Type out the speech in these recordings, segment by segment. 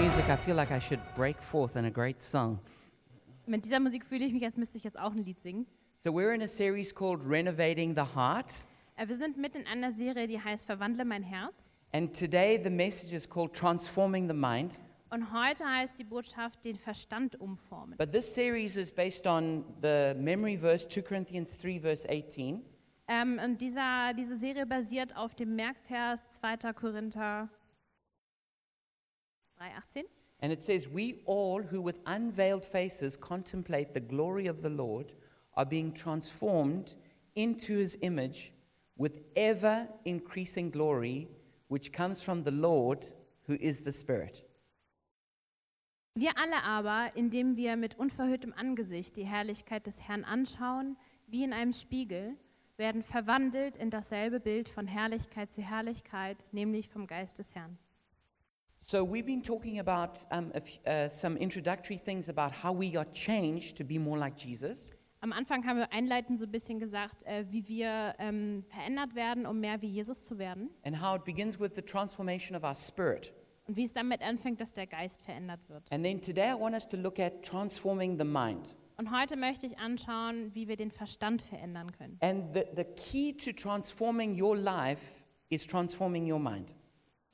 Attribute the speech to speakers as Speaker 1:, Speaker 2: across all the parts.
Speaker 1: music, I feel like I should break forth in a great song.
Speaker 2: Mit dieser Musik fühle ich mich, als müsste ich jetzt auch ein Lied singen.
Speaker 1: So, we're in a series called Renovating the Heart.
Speaker 2: Äh, Wir sind mitten in einer Serie, die heißt Verwandle mein Herz.
Speaker 1: And today, the message is called Transforming the Mind.
Speaker 2: Und heute heißt die Botschaft den Verstand umformen.
Speaker 1: But this series is based on the memory verse, 2 Corinthians 3, verse 18.
Speaker 2: Ähm, und dieser, diese Serie basiert auf dem Merkvers 2. Korinther 3,18.
Speaker 1: And it says, We all who with unveiled faces contemplate the glory of the Lord are being transformed into his image with ever increasing glory, which comes from the Lord who is the Spirit.
Speaker 2: Wir alle aber, indem wir mit unverhülltem Angesicht die Herrlichkeit des Herrn anschauen, wie in einem Spiegel, werden verwandelt in dasselbe Bild von Herrlichkeit zu Herrlichkeit, nämlich vom Geist des Herrn.
Speaker 1: So, we've been talking about um, a f- uh, some introductory things about how we got changed to be more like Jesus.
Speaker 2: Am Anfang haben wir einleitend so ein bisschen gesagt, äh, wie wir ähm, verändert werden, um mehr wie Jesus zu werden
Speaker 1: And how it begins with the transformation of our spirit.
Speaker 2: und wie es damit anfängt, dass der Geist verändert wird.
Speaker 1: And then today, I want us to look at transforming the mind.
Speaker 2: Und heute möchte ich anschauen, wie wir den Verstand verändern können.
Speaker 1: And the, the key to transforming your life is transforming your mind.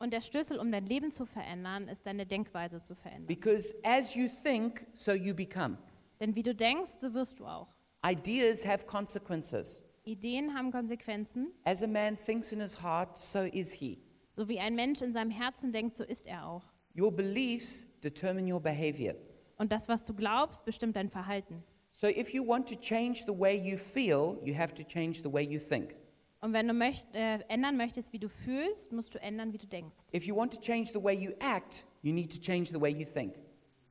Speaker 2: Und der Schlüssel, um dein Leben zu verändern, ist deine Denkweise zu verändern.
Speaker 1: Because as you think, so you become.
Speaker 2: Denn wie du denkst, so wirst du auch.
Speaker 1: Ideas have consequences.
Speaker 2: Ideen haben Konsequenzen.
Speaker 1: As a man thinks in his heart, so is he.
Speaker 2: So wie ein Mensch in seinem Herzen denkt, so ist er auch.
Speaker 1: Your beliefs determine your behavior.
Speaker 2: Und das, was du glaubst, bestimmt dein Verhalten.
Speaker 1: So if you want to change the way you feel, you have to change the way you think.
Speaker 2: Und wenn du möcht, äh, ändern möchtest, wie du fühlst, musst du ändern, wie du denkst.
Speaker 1: If you want to change the way you act, you need to change the way you think.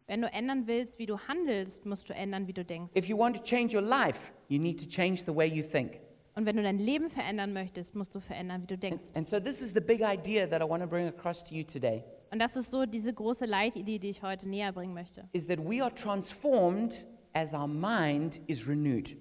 Speaker 2: Wenn du ändern willst, wie du handelst, musst du ändern, wie du denkst.
Speaker 1: If you want to change your life, you need to change the way you think.
Speaker 2: Und wenn du dein Leben verändern möchtest, musst du verändern, wie du
Speaker 1: And,
Speaker 2: denkst.
Speaker 1: and so this is the big idea that I want to bring across to you today.
Speaker 2: Und das ist so diese große Leitidee, die ich heute näher bringen möchte.
Speaker 1: is that we are transformed as our mind is renewed.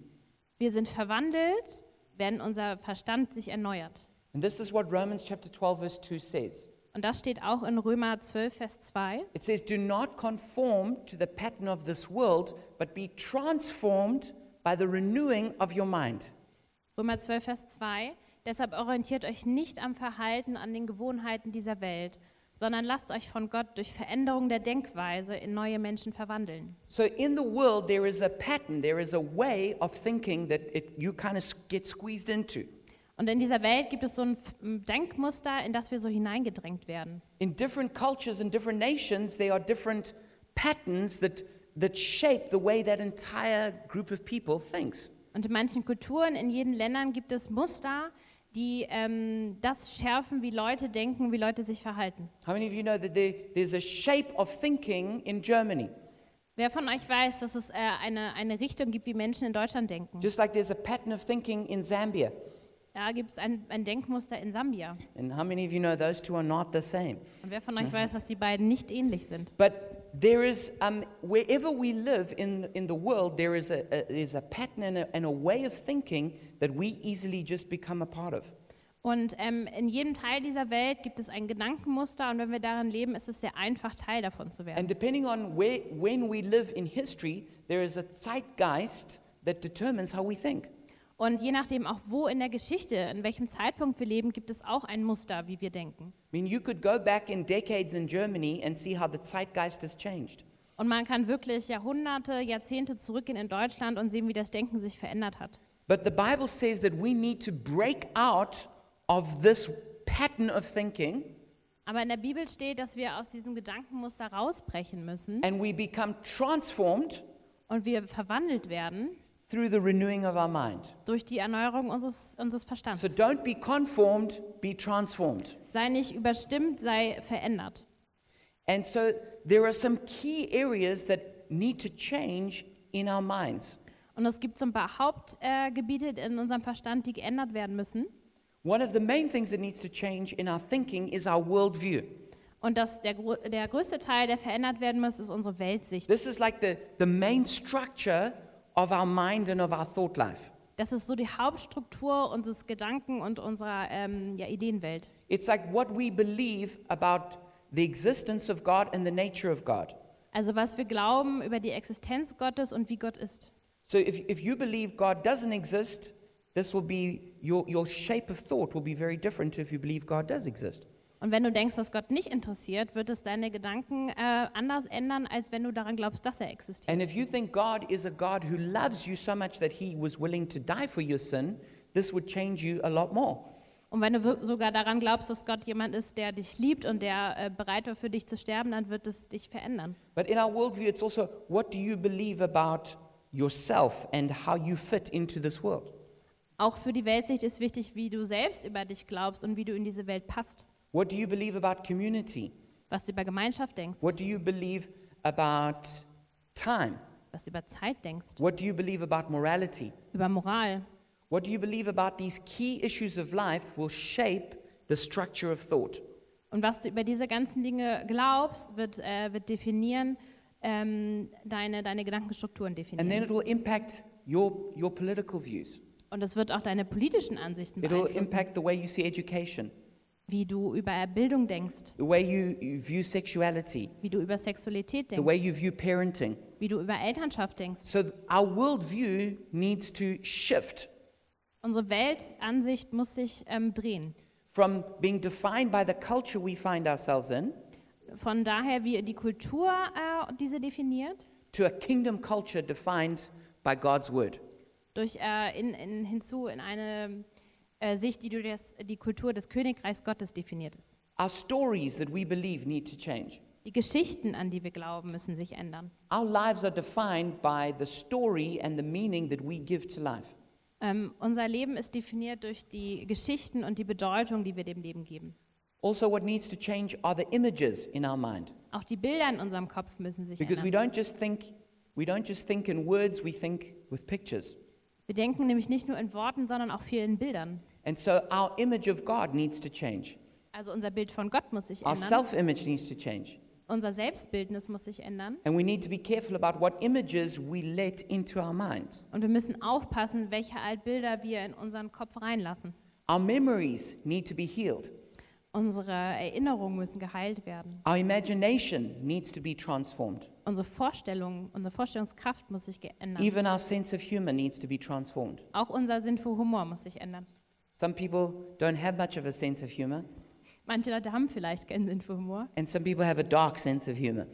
Speaker 2: Wir sind verwandelt, wenn unser Verstand sich erneuert.
Speaker 1: And this is what Romans chapter 12, verse 2 says.
Speaker 2: Und das steht auch in Römer 12, Vers 2.
Speaker 1: It says, Do not conform to the pattern of this world, but be transformed by the renewing of your mind.
Speaker 2: Römer 12, Vers 2. Deshalb orientiert euch nicht am Verhalten, an den Gewohnheiten dieser Welt, sondern lasst euch von Gott durch Veränderung der Denkweise in neue Menschen verwandeln.
Speaker 1: So, in the world, there is a pattern, there is a way of thinking that it, you kind of get squeezed into.
Speaker 2: Und in dieser Welt gibt es so ein F- ein Denkmuster, in das wir so hineingedrängt werden.
Speaker 1: In different cultures and different nations, there are different patterns that, that shape the way that entire group of people thinks.
Speaker 2: Und in manchen Kulturen, in jeden Ländern gibt es Muster, die ähm, das schärfen, wie Leute denken, wie Leute sich verhalten.
Speaker 1: How many of you know that there, there's a shape of thinking in Germany?
Speaker 2: Wer von euch weiß, dass es äh, eine, eine Richtung gibt, wie Menschen in Deutschland denken?
Speaker 1: Just like there's a pattern of thinking in Zambia.
Speaker 2: Da gibt es ein, ein Denkmuster in Sambia.
Speaker 1: And how many of you know those two are not the same?
Speaker 2: Und wer von euch weiß, dass die beiden nicht ähnlich sind?
Speaker 1: But there is, um, wherever we live in, in the world, there is a, a, there's a pattern and a, and a way of thinking that we easily just become a part of.
Speaker 2: Und ähm, in jedem Teil dieser Welt gibt es ein Gedankenmuster und wenn wir darin leben, ist es sehr einfach, Teil davon zu werden.
Speaker 1: And depending on where, when we live in history, there is a zeitgeist that determines how we think.
Speaker 2: Und je nachdem auch wo in der Geschichte, in welchem Zeitpunkt wir leben, gibt es auch ein Muster, wie wir denken.
Speaker 1: I mean, you could go back in decades in Germany and see how the zeitgeist has changed.
Speaker 2: Und man kann wirklich Jahrhunderte, Jahrzehnte zurückgehen in Deutschland und sehen, wie das Denken sich verändert hat.
Speaker 1: But the Bible says that we need to break out of this pattern of thinking
Speaker 2: Aber in der Bibel steht, dass wir aus diesem Gedankenmuster rausbrechen müssen
Speaker 1: and we become transformed
Speaker 2: und wir verwandelt werden
Speaker 1: through the renewing of our mind.
Speaker 2: durch die Erneuerung unseres, unseres Verstandes.
Speaker 1: So don't be conformed, be transformed.
Speaker 2: Sei nicht überstimmt, sei verändert.
Speaker 1: And so there are some key areas that need to change in our minds.
Speaker 2: Und es gibt so ein paar Hauptgebiete äh, Gebiete in unserem Verstand, die geändert werden müssen.
Speaker 1: One of the main things that needs to change in our thinking is our worldview.
Speaker 2: Und das, der, gro- der größte Teil, der verändert werden muss, ist unsere Weltsicht.
Speaker 1: This is like the, the main structure of our mind and of our thought life.
Speaker 2: Das ist so die Hauptstruktur unseres Gedanken und unserer ähm, ja, Ideenwelt.
Speaker 1: It's like what we believe about the existence of God and the nature of God.
Speaker 2: Also was wir glauben über die Existenz Gottes und wie Gott ist.
Speaker 1: So if, if you believe God doesn't exist, this will be your, your shape of thought will be very different to if you believe God does exist.
Speaker 2: Und wenn du denkst, dass Gott nicht interessiert, wird es deine Gedanken äh, anders ändern, als wenn du daran glaubst, dass er existiert.
Speaker 1: And if you think God is a God who loves you so much that he was willing to die for your sin, this would change you a lot more.
Speaker 2: Und wenn du wir- sogar daran glaubst, dass Gott jemand ist, der dich liebt und der äh, bereit war, für dich zu sterben, dann wird es dich verändern.
Speaker 1: But in our worldview, it's also what do you believe about yourself and how you fit into this world?
Speaker 2: Auch für die Weltsicht ist wichtig, wie du selbst über dich glaubst und wie du in diese Welt passt,
Speaker 1: What do you believe about community?
Speaker 2: was du über Gemeinschaft denkst,
Speaker 1: What do you believe about time?
Speaker 2: was du über Zeit denkst,
Speaker 1: What do you believe about morality?
Speaker 2: über Moral.
Speaker 1: What do you believe about these key issues of life will shape the structure of thought?
Speaker 2: Und was du über diese ganzen Dinge glaubst, wird, äh, wird definieren, ähm, deine, deine Gedankenstrukturen
Speaker 1: And then
Speaker 2: definieren.
Speaker 1: it will impact your, your political views.
Speaker 2: Und es wird auch deine politischen Ansichten
Speaker 1: It'll
Speaker 2: beeinflussen,
Speaker 1: impact the way you see education,
Speaker 2: wie du über Bildung denkst,
Speaker 1: the way you, you view sexuality,
Speaker 2: wie du über Sexualität
Speaker 1: the
Speaker 2: denkst,
Speaker 1: way you view parenting.
Speaker 2: wie du über Elternschaft denkst.
Speaker 1: So th- our worldview needs to shift
Speaker 2: Unsere Weltansicht muss sich ähm, drehen.
Speaker 1: from being defined by the culture we find ourselves in
Speaker 2: Von daher, wie die Kultur äh, diese definiert,
Speaker 1: to a kingdom culture defined by God's word.
Speaker 2: durch, äh, in, in, hinzu in eine äh, Sicht, die du das, die Kultur des Königreichs Gottes definiert ist.
Speaker 1: Our stories that we believe need to change.
Speaker 2: Die Geschichten, an die wir glauben, müssen sich ändern.
Speaker 1: Our lives are defined by the story and the meaning that we give to life.
Speaker 2: Ähm, unser Leben ist definiert durch die Geschichten und die Bedeutung, die wir dem Leben geben.
Speaker 1: Also, what needs to change are the images in our mind.
Speaker 2: Auch die Bilder in unserem Kopf müssen sich
Speaker 1: Because we
Speaker 2: ändern.
Speaker 1: don't just think, we don't just think in words, we think with pictures.
Speaker 2: Wir denken nämlich nicht nur in Worten, sondern auch viel in Bildern.
Speaker 1: And so our image of God needs to change.
Speaker 2: Also unser Bild von Gott muss sich
Speaker 1: Our
Speaker 2: ändern.
Speaker 1: self-image needs to change.
Speaker 2: Unser Selbstbildnis muss sich ändern.
Speaker 1: And we need to be careful about what images we let into our minds.
Speaker 2: Und wir müssen aufpassen, welche Altbilder wir in unseren Kopf reinlassen.
Speaker 1: Our memories need to be healed.
Speaker 2: Unsere Erinnerungen müssen geheilt werden.
Speaker 1: Our imagination needs to be transformed.
Speaker 2: Unsere Vorstellung, unsere Vorstellungskraft muss sich geändert.
Speaker 1: Even our sense of humor needs to be transformed.
Speaker 2: Auch unser Sinn für Humor muss sich ändern.
Speaker 1: Some people don't have much of a sense of humor,
Speaker 2: Manche Leute haben vielleicht keinen Sinn für Humor
Speaker 1: and some people have a dark sense of humor.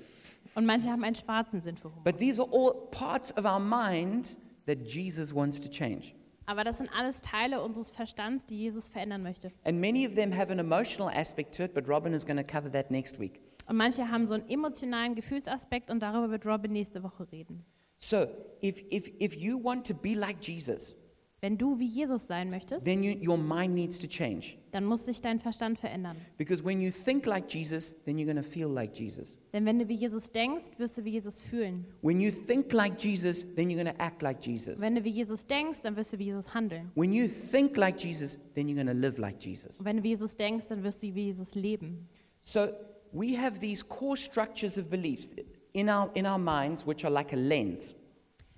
Speaker 2: und manche haben einen schwarzen Sinn für Humor.
Speaker 1: But these are all parts of our mind that Jesus wants to change.
Speaker 2: Aber das sind alles Teile unseres Verstands, die Jesus verändern möchte.
Speaker 1: And many of them have an emotional aspect to it, but Robin is going to cover that next week.
Speaker 2: Und manche haben so einen emotionalen Gefühlsaspekt und darüber wird Robin nächste Woche reden.
Speaker 1: So, if, if, if you want to be like Jesus,
Speaker 2: Wenn du wie Jesus sein möchtest,
Speaker 1: then you, your mind needs to change.
Speaker 2: dann muss sich dein Verstand verändern.
Speaker 1: Because when you think like Jesus, then you're going to feel like Jesus.
Speaker 2: Denn wenn du wie Jesus denkst, wirst du wie Jesus fühlen.
Speaker 1: When you think like Jesus, then you're going to act like Jesus.
Speaker 2: Wenn du wie Jesus denkst, dann wirst du wie Jesus handeln.
Speaker 1: When you think like Jesus, then you're going to live like Jesus.
Speaker 2: Und wenn du wie Jesus denkst, dann wirst du wie Jesus leben.
Speaker 1: So, we have these core structures of beliefs in our, in our minds, which are like a lens.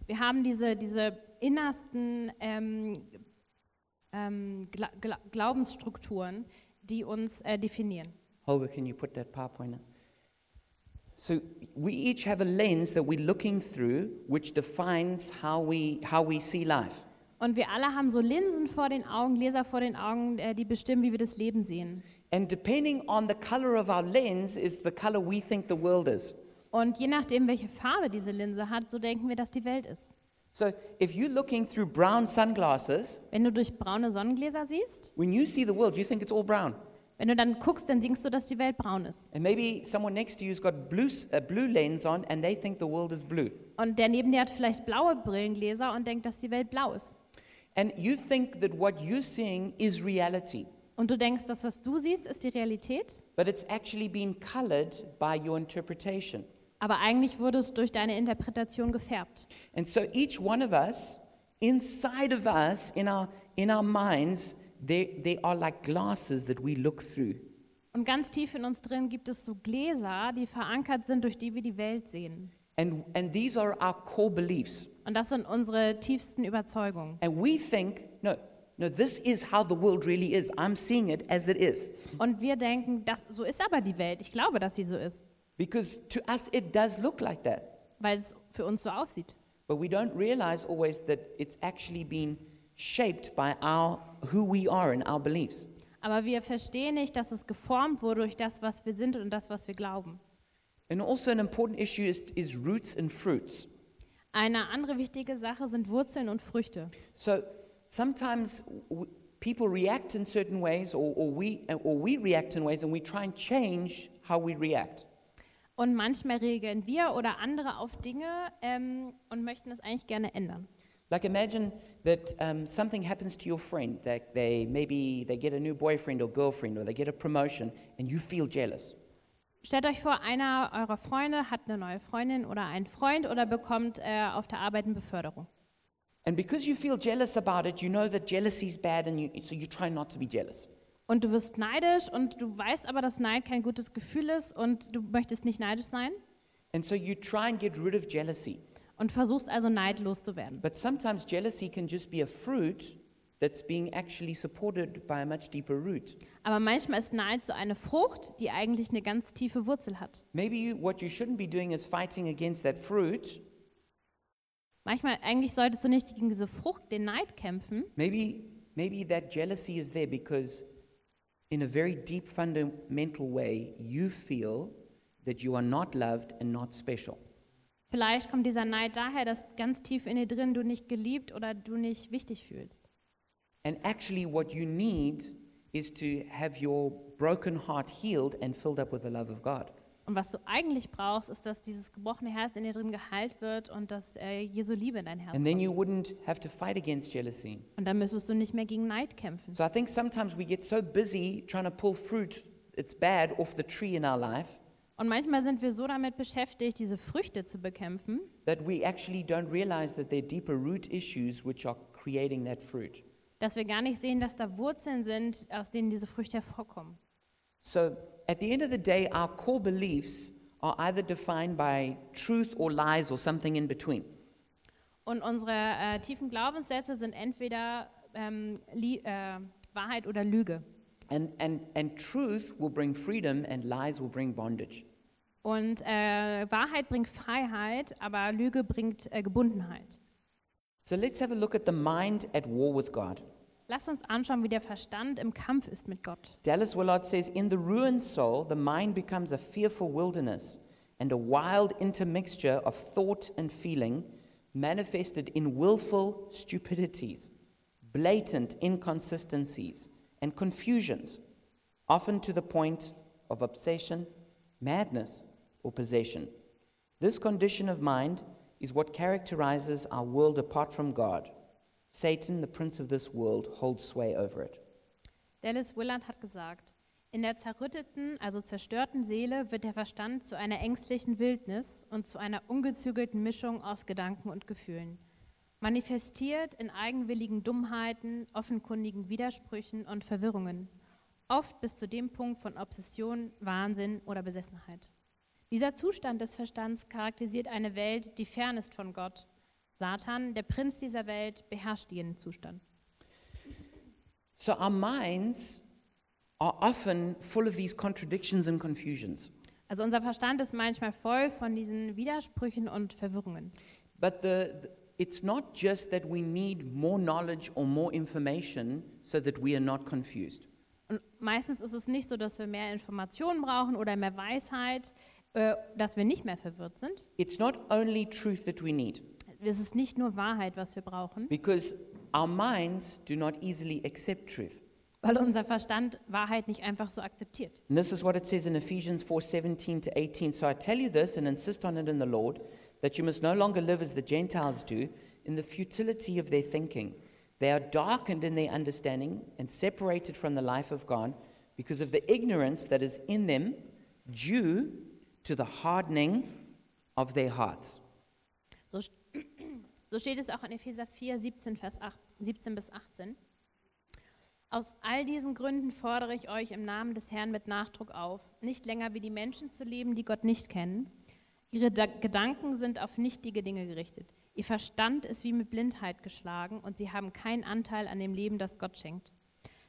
Speaker 2: Wir haben diese, diese innersten ähm, ähm, Gla Gla Glaubensstrukturen, die uns äh, definieren.
Speaker 1: Holger, can you put that PowerPoint up? So we each have a lens that we're looking through, which defines how we how we see life.
Speaker 2: Und wir alle haben so Linsen vor den Augen, Gläser vor den Augen, äh, die bestimmen, wie wir das Leben sehen.
Speaker 1: And depending on the color of our lens is the color we think the world is.
Speaker 2: Und je nachdem, welche Farbe diese Linse hat, so denken wir, dass die Welt ist.
Speaker 1: So if you're looking through brown sunglasses,
Speaker 2: Wenn du durch braune Sonnengläser siehst,
Speaker 1: when you see the world, you think it's all brown.
Speaker 2: wenn du dann guckst, dann denkst du, dass die Welt braun ist.
Speaker 1: And maybe someone next to you's got blue s- a blue lens on, and they think the world is blue.
Speaker 2: Und der neben dir hat vielleicht blaue Brillengläser und denkt, dass die Welt blau ist.
Speaker 1: And you think that what you're seeing is reality,
Speaker 2: Und du denkst, das, was du siehst, ist die Realität,
Speaker 1: but it's actually been colored by your interpretation.
Speaker 2: aber eigentlich wurde es durch deine Interpretation gefärbt.
Speaker 1: And so each one of us, inside of us, in our, in our minds, they, they are like glasses that we look through.
Speaker 2: Und ganz tief in uns drin gibt es so Gläser, die verankert sind, durch die wir die Welt sehen.
Speaker 1: And, and these are our core beliefs.
Speaker 2: Und das sind unsere tiefsten Überzeugungen.
Speaker 1: And we think, no, No, this is how the world really is. I'm seeing it as it is.
Speaker 2: Und wir denken, das, so ist aber die Welt. Ich glaube, dass sie so ist,
Speaker 1: Because to us, it does look like that.
Speaker 2: weil es für uns so aussieht.
Speaker 1: But we don't realize always that it's actually been shaped by our, who we are and our beliefs.
Speaker 2: Aber wir verstehen nicht, dass es geformt wurde durch das, was wir sind und das, was wir glauben.
Speaker 1: And also, an important issue is, is roots and fruits.
Speaker 2: Eine andere wichtige Sache sind Wurzeln und Früchte.
Speaker 1: So sometimes w- people react in certain ways, or, or, we, or we react in ways, and we try and change how we react.
Speaker 2: Und manchmal regeln wir oder andere auf Dinge ähm, und möchten es eigentlich gerne ändern.
Speaker 1: Like imagine that um, something happens to your friend, that they maybe they get a new boyfriend or girlfriend, or they get a promotion, and you feel jealous.
Speaker 2: Stellt euch vor, einer eurer Freunde hat eine neue Freundin oder einen Freund oder bekommt äh, auf der Arbeit eine Beförderung.
Speaker 1: And because you feel jealous about it, you know that jealousy is bad, and you, so you try not to be jealous.
Speaker 2: Und du wirst neidisch und du weißt aber, dass Neid kein gutes Gefühl ist und du möchtest nicht neidisch sein
Speaker 1: And so you try and get rid of jealousy.
Speaker 2: und versuchst also neidlos zu werden.
Speaker 1: But sometimes jealousy can just be a fruit that's being actually supported by a much deeper root.
Speaker 2: Aber manchmal ist Neid so eine Frucht, die eigentlich eine ganz tiefe Wurzel hat.
Speaker 1: Maybe you, what you shouldn't be doing is fighting against that fruit.
Speaker 2: Manchmal eigentlich solltest du nicht gegen diese Frucht, den Neid kämpfen,
Speaker 1: Maybe, maybe that jealousy is there because, in a very deep, fundamental way, you feel that you are not loved and not special.
Speaker 2: Vielleicht kommt dieser Neid daher, dass ganz tief in dir drin du nicht geliebt oder du nicht wichtig fühlst.
Speaker 1: And actually, what you need is to have your broken heart healed and filled up with the love of God.
Speaker 2: Und was du eigentlich brauchst, ist, dass dieses gebrochene Herz in dir drin geheilt wird und dass äh, Jesu Liebe in dein Herz
Speaker 1: And then
Speaker 2: kommt.
Speaker 1: you wouldn't have to fight against jealousy.
Speaker 2: Und dann müsstest du nicht mehr gegen Neid kämpfen.
Speaker 1: So I think sometimes we get so busy trying to pull fruit that's bad off the tree in our life
Speaker 2: Und manchmal sind wir so damit beschäftigt, diese Früchte zu bekämpfen,
Speaker 1: that we actually don't realize that there are deeper root issues which are creating that fruit.
Speaker 2: dass wir gar nicht sehen, dass da Wurzeln sind, aus denen diese Früchte hervorkommen.
Speaker 1: So at the end of the day, our core beliefs are either defined by truth or lies or something in between.
Speaker 2: Und unsere äh, tiefen Glaubenssätze sind entweder ähm, Lie- äh, Wahrheit oder Lüge.
Speaker 1: And, and, and truth will bring freedom and lies will bring bondage.
Speaker 2: Und äh, Wahrheit bringt Freiheit, aber Lüge bringt äh, Gebundenheit.
Speaker 1: So let's have a look at the mind at war with God.
Speaker 2: Lass uns anschauen, wie der Verstand im Kampf ist mit Gott.
Speaker 1: Dallas Willard says In the ruined soul, the mind becomes a fearful wilderness and a wild intermixture of thought and feeling manifested in willful stupidities, blatant inconsistencies, and confusions, often to the point of obsession, madness, or possession. This condition of mind is what characterizes our world apart from God. Satan, the prince of this world, holds sway over it.
Speaker 2: Dallas Willard hat gesagt, in der zerrütteten, also zerstörten Seele wird der Verstand zu einer ängstlichen Wildnis und zu einer ungezügelten Mischung aus Gedanken und Gefühlen. Manifestiert in eigenwilligen Dummheiten, offenkundigen Widersprüchen und Verwirrungen. Oft bis zu dem Punkt von Obsession, Wahnsinn oder Besessenheit. Dieser Zustand des Verstands charakterisiert eine Welt, die fern ist von Gott. Satan, der Prinz dieser Welt, beherrscht jenen Zustand.
Speaker 1: So our minds are often full of these contradictions and confusions.
Speaker 2: Also unser Verstand ist manchmal voll von diesen Widersprüchen und Verwirrungen.
Speaker 1: But the, the- it's not just that we need more knowledge or more information so that we are not confused.
Speaker 2: Und meistens ist es nicht so, dass wir mehr Informationen brauchen oder mehr Weisheit, äh, dass wir nicht mehr verwirrt sind.
Speaker 1: It's not only truth that we need
Speaker 2: Es ist nicht nur Wahrheit, was wir brauchen,
Speaker 1: because our minds do not easily accept truth.
Speaker 2: weil unser Verstand Wahrheit nicht einfach so akzeptiert.
Speaker 1: And this is what it says in Ephesians 4 17 to 18. So I tell you this and insist on it in the Lord, that you must no longer live as the Gentiles do, in the futility of their thinking. They are darkened in their understanding and separated from the life of God because of the ignorance that is in them due to the hardening of their hearts.
Speaker 2: So, st- so steht es auch in Epheser 4, 17, Vers 8, 17 bis 18. Aus all diesen Gründen fordere ich euch im Namen des Herrn mit Nachdruck auf, nicht länger wie die Menschen zu leben, die Gott nicht kennen. Ihre da Gedanken sind auf nichtige Dinge gerichtet. Ihr Verstand ist wie mit Blindheit geschlagen und sie haben keinen Anteil an dem Leben, das Gott schenkt.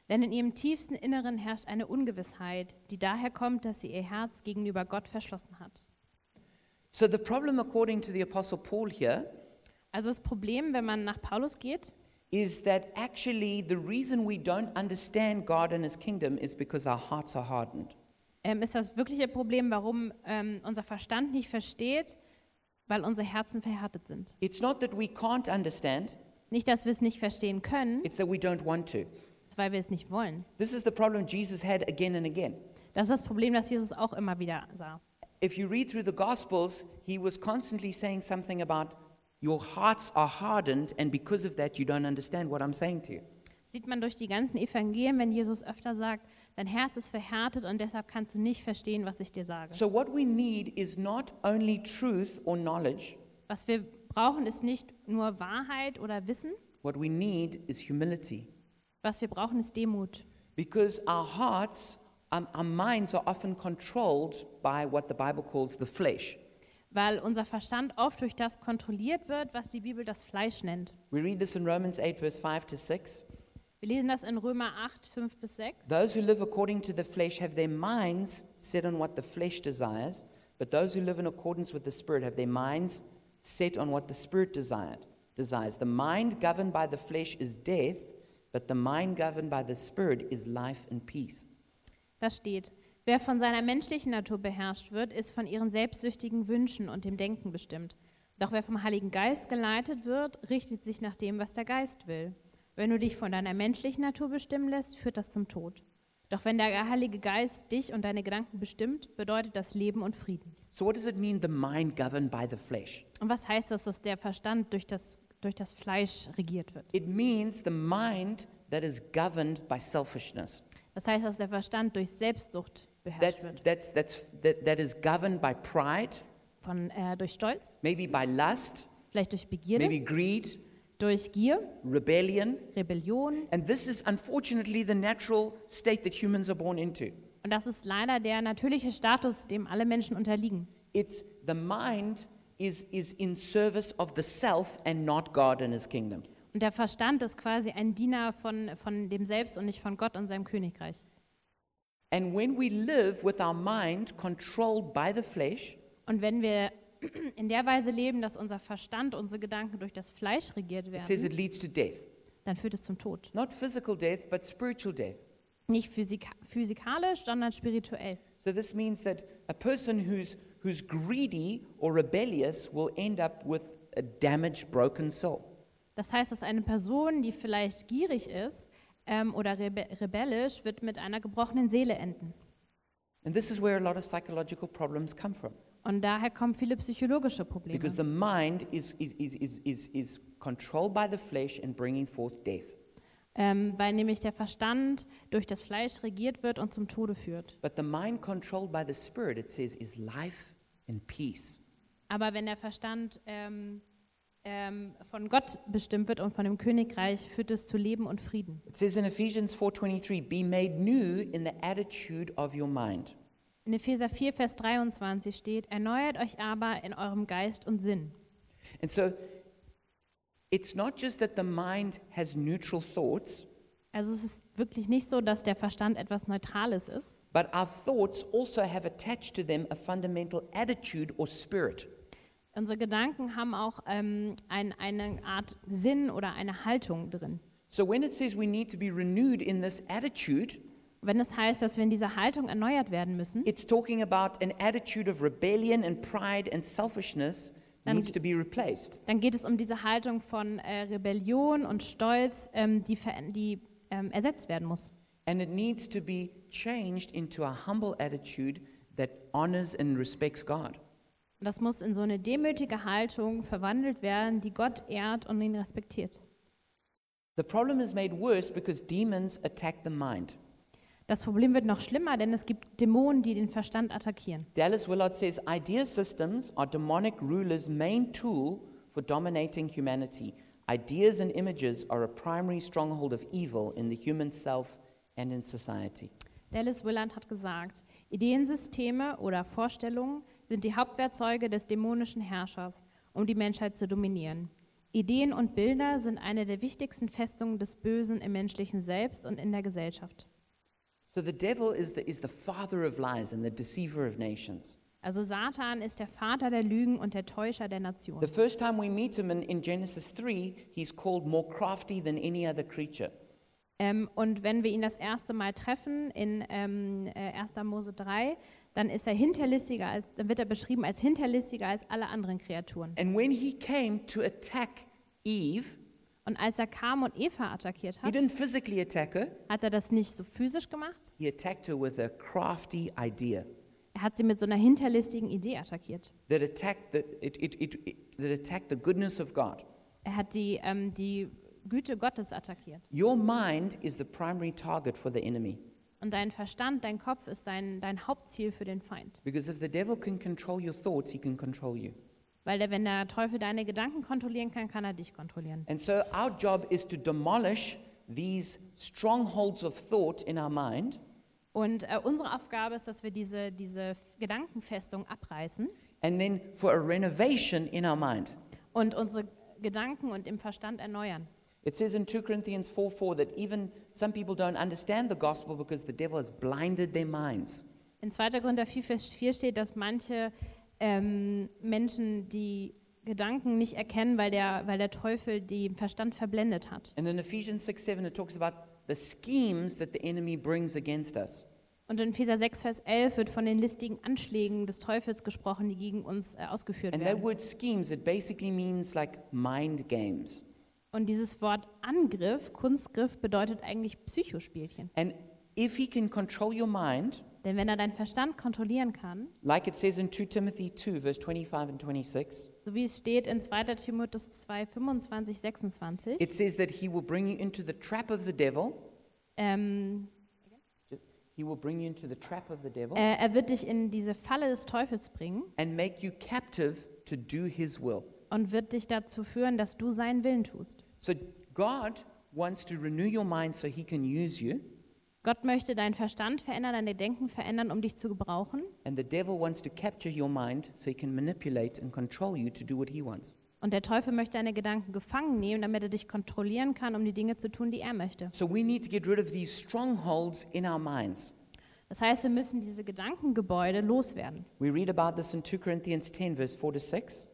Speaker 2: Denn in ihrem tiefsten Inneren herrscht eine Ungewissheit, die daher kommt, dass sie ihr Herz gegenüber Gott verschlossen hat.
Speaker 1: So, the problem, according to the Apostle Paul here,
Speaker 2: Also das Problem, wenn man nach Paulus geht,
Speaker 1: is that actually the reason we don't understand God and His kingdom is because our hearts are hardened.
Speaker 2: ähm, ist das wirkliche Problem, warum ähm, unser Verstand nicht versteht, weil unsere Herzen verhärtet sind.
Speaker 1: It's not that we can't understand,
Speaker 2: Nicht, dass wir es nicht verstehen können,
Speaker 1: it's that we don't want to.
Speaker 2: es ist, weil wir es nicht wollen.
Speaker 1: This is the problem Jesus had again and again.
Speaker 2: Das ist das Problem, das Jesus auch immer wieder sah.
Speaker 1: If you read through the Gospels, he was constantly saying something about your hearts are hardened, and because of that, you don't understand what I'm saying to you.
Speaker 2: Sieht man durch die ganzen Evangelien, wenn Jesus öfter sagt, dein Herz ist verhärtet und deshalb kannst du nicht verstehen, was ich dir sage.
Speaker 1: So, what we need is not only truth or knowledge,
Speaker 2: Was wir brauchen, ist nicht nur Wahrheit oder Wissen,
Speaker 1: what we need is humility.
Speaker 2: was wir brauchen, ist Demut.
Speaker 1: Because our hearts, um, our minds are often controlled by what the Bible calls the flesh.
Speaker 2: Weil unser Verstand oft durch das kontrolliert wird, was die Bibel das Fleisch nennt.
Speaker 1: We read this in Romans 8, verse 5 to 6.
Speaker 2: Wir lesen das in Römer 8, 5 bis 6.
Speaker 1: Those who live according to the flesh have their minds set on what the flesh desires, but those who live in accordance with the Spirit have their minds set on what the Spirit desired, desires. The mind governed by the flesh is death, but the mind governed by the Spirit is life and peace.
Speaker 2: Da steht, wer von seiner menschlichen Natur beherrscht wird, ist von ihren selbstsüchtigen Wünschen und dem Denken bestimmt. Doch wer vom Heiligen Geist geleitet wird, richtet sich nach dem, was der Geist will. Wenn du dich von deiner menschlichen Natur bestimmen lässt, führt das zum Tod. Doch wenn der Heilige Geist dich und deine Gedanken bestimmt, bedeutet das Leben und Frieden.
Speaker 1: So, what does it mean, the mind governed by the flesh?
Speaker 2: Und was heißt das, dass der Verstand durch das, durch das Fleisch regiert wird?
Speaker 1: It means the mind that is governed by selfishness.
Speaker 2: Das heißt, dass der Verstand durch Selbstsucht beherrscht
Speaker 1: That's,
Speaker 2: wird,
Speaker 1: that's, that's, that, that is governed by pride,
Speaker 2: von, äh, durch Stolz,
Speaker 1: maybe by lust,
Speaker 2: vielleicht durch Begierde,
Speaker 1: maybe greed,
Speaker 2: durch Gier,
Speaker 1: rebellion.
Speaker 2: Rebellion,
Speaker 1: And this is unfortunately the natural state that humans are born into.
Speaker 2: Und das ist leider der natürliche Status, dem alle Menschen unterliegen.
Speaker 1: It's the mind is, is in service of the self and not God and his kingdom.
Speaker 2: Und der Verstand ist quasi ein Diener von, von dem Selbst und nicht von Gott und seinem Königreich.
Speaker 1: And when we live with our mind controlled by the flesh,
Speaker 2: Und wenn wir in der Weise leben, dass unser Verstand, unsere Gedanken durch das Fleisch regiert
Speaker 1: it says it
Speaker 2: werden,
Speaker 1: leads to death.
Speaker 2: dann führt es zum Tod.
Speaker 1: Not physical death, but spiritual death.
Speaker 2: Nicht physika physikalisch, sondern spirituell.
Speaker 1: So this means that a person who's, who's greedy or rebellious will end up with a damaged, broken soul.
Speaker 2: Das heißt, dass eine Person, die vielleicht gierig ist ähm, oder rebe rebellisch, wird mit einer gebrochenen Seele enden.
Speaker 1: And this is where a lot of psychological problems come from.
Speaker 2: Und daher kommen viele psychologische Probleme.
Speaker 1: Because the mind is, is, is, is, is, is controlled by the flesh and bringing forth death.
Speaker 2: ähm, weil nämlich der Verstand durch das Fleisch regiert wird und zum Tode führt.
Speaker 1: But the mind controlled by the spirit, it says, is life and peace.
Speaker 2: Aber wenn der Verstand ähm, ähm, von Gott bestimmt wird und von dem Königreich, führt es zu Leben und Frieden.
Speaker 1: It says in Ephesians 4:23, "Be made new in the attitude of your mind."
Speaker 2: In Epheser 4, Vers 23 steht, erneuert euch aber in eurem Geist und Sinn.
Speaker 1: And so it's not just that the mind has neutral thoughts,
Speaker 2: Also es ist wirklich nicht so, dass der Verstand etwas Neutrales ist,
Speaker 1: but our thoughts also have attached to them a fundamental attitude or spirit.
Speaker 2: unsere Gedanken haben auch ähm, ein, eine Art Sinn oder eine Haltung drin.
Speaker 1: So when it says we need to be renewed in this attitude,
Speaker 2: Wenn es heißt, dass wir in dieser Haltung erneuert werden müssen,
Speaker 1: It's talking about an attitude of rebellion and pride and selfishness
Speaker 2: Dann
Speaker 1: needs to
Speaker 2: ge-
Speaker 1: be replaced.
Speaker 2: Dann geht es um diese Haltung von äh, Rebellion und Stolz, ähm, die, ver die ähm, ersetzt werden muss.
Speaker 1: And it needs to be changed into a humble attitude that honors and respects God.
Speaker 2: Und das muss in so eine demütige Haltung verwandelt werden, die Gott ehrt und ihn respektiert.
Speaker 1: The problem is made worse because demons attack the mind.
Speaker 2: Das Problem wird noch schlimmer, denn es gibt Dämonen, die den Verstand attackieren.
Speaker 1: Dallas Willard says idea systems are demonic rulers' main tool for dominating humanity. Ideas and images are a primary stronghold of evil in the human self and in society.
Speaker 2: Dallas Willard hat gesagt, Ideensysteme oder Vorstellungen sind die Hauptwerkzeuge des dämonischen Herrschers, um die Menschheit zu dominieren. Ideen und Bilder sind eine der wichtigsten Festungen des Bösen im menschlichen Selbst und in der Gesellschaft.
Speaker 1: So the devil is the, is the father of lies and the deceiver of nations.
Speaker 2: Also Satan ist der Vater der Lügen und der Täuscher der Nation.
Speaker 1: The first time we meet him in, in Genesis 3, he's called more crafty than any other creature.
Speaker 2: Ähm, und wenn wir ihn das erste Mal treffen in ähm, äh, 1. Mose 3, dann ist er hinterlistiger als, dann wird er beschrieben als hinterlistiger als alle anderen Kreaturen.
Speaker 1: And when he came to attack Eve,
Speaker 2: Und als er kam und Eva attackiert
Speaker 1: he
Speaker 2: hat,
Speaker 1: didn't physically attack her,
Speaker 2: hat er das nicht so physisch gemacht.
Speaker 1: he attacked her with a crafty idea
Speaker 2: Er hat sie mit so einer hinterlistigen Idee attackiert.
Speaker 1: that attacked the, it, it, it, it- that attacked the goodness of God.
Speaker 2: Er hat die, ähm, die Güte Gottes attackiert.
Speaker 1: Your mind is the primary target for the enemy.
Speaker 2: Und dein Verstand, dein Kopf ist dein, dein Hauptziel für den Feind.
Speaker 1: Because if the devil can control your thoughts, he can control you.
Speaker 2: Weil der, wenn der Teufel deine Gedanken kontrollieren kann, kann er dich kontrollieren.
Speaker 1: And so our job is to demolish these strongholds of thought in our mind
Speaker 2: Und äh, unsere Aufgabe ist, dass wir diese, diese Gedankenfestung abreißen
Speaker 1: and then for a renovation in our mind.
Speaker 2: und unsere Gedanken und im Verstand erneuern.
Speaker 1: It says in 2 Corinthians 4 4 that even some people don't understand the gospel because the devil has blinded their minds.
Speaker 2: In 2. Korinther 4, Vers 4 steht, dass manche ähm, Menschen die Gedanken nicht erkennen, weil der, weil der Teufel den Verstand verblendet hat.
Speaker 1: And in Ephesians 6 7, it talks about the schemes that the enemy brings against us.
Speaker 2: Und in Epheser 6, Vers 11 wird von den listigen Anschlägen des Teufels gesprochen, die gegen uns äh, ausgeführt
Speaker 1: And that
Speaker 2: werden.
Speaker 1: word schemes, it basically means like mind games.
Speaker 2: Und dieses Wort Angriff, Kunstgriff, bedeutet eigentlich Psychospielchen.
Speaker 1: And if he can control your mind,
Speaker 2: Denn wenn er deinen Verstand kontrollieren kann,
Speaker 1: like it says in 2 Timothy 2, verse 25 and 26,
Speaker 2: so wie es steht in 2. Timotheus 2, 25, 26,
Speaker 1: it says that he will bring you into the trap of the devil.
Speaker 2: ähm,
Speaker 1: He will bring you into the trap of the devil
Speaker 2: äh, er wird dich in diese Falle des Teufels bringen.
Speaker 1: and make you captive to do his will.
Speaker 2: und wird dich dazu führen, dass du seinen Willen tust.
Speaker 1: So God wants to renew your mind so he can use you,
Speaker 2: Gott möchte deinen Verstand verändern, deine Denken verändern, um dich zu gebrauchen.
Speaker 1: and the devil wants to capture your mind so he can manipulate and control you to do what he wants.
Speaker 2: Und der Teufel möchte deine Gedanken gefangen nehmen, damit er dich kontrollieren kann, um die Dinge zu tun, die er möchte.
Speaker 1: So we need to get rid of these strongholds in our minds.
Speaker 2: Das heißt, wir müssen diese Gedankengebäude loswerden.
Speaker 1: We read about this in 2 Corinthians 10, verse 4 to 6.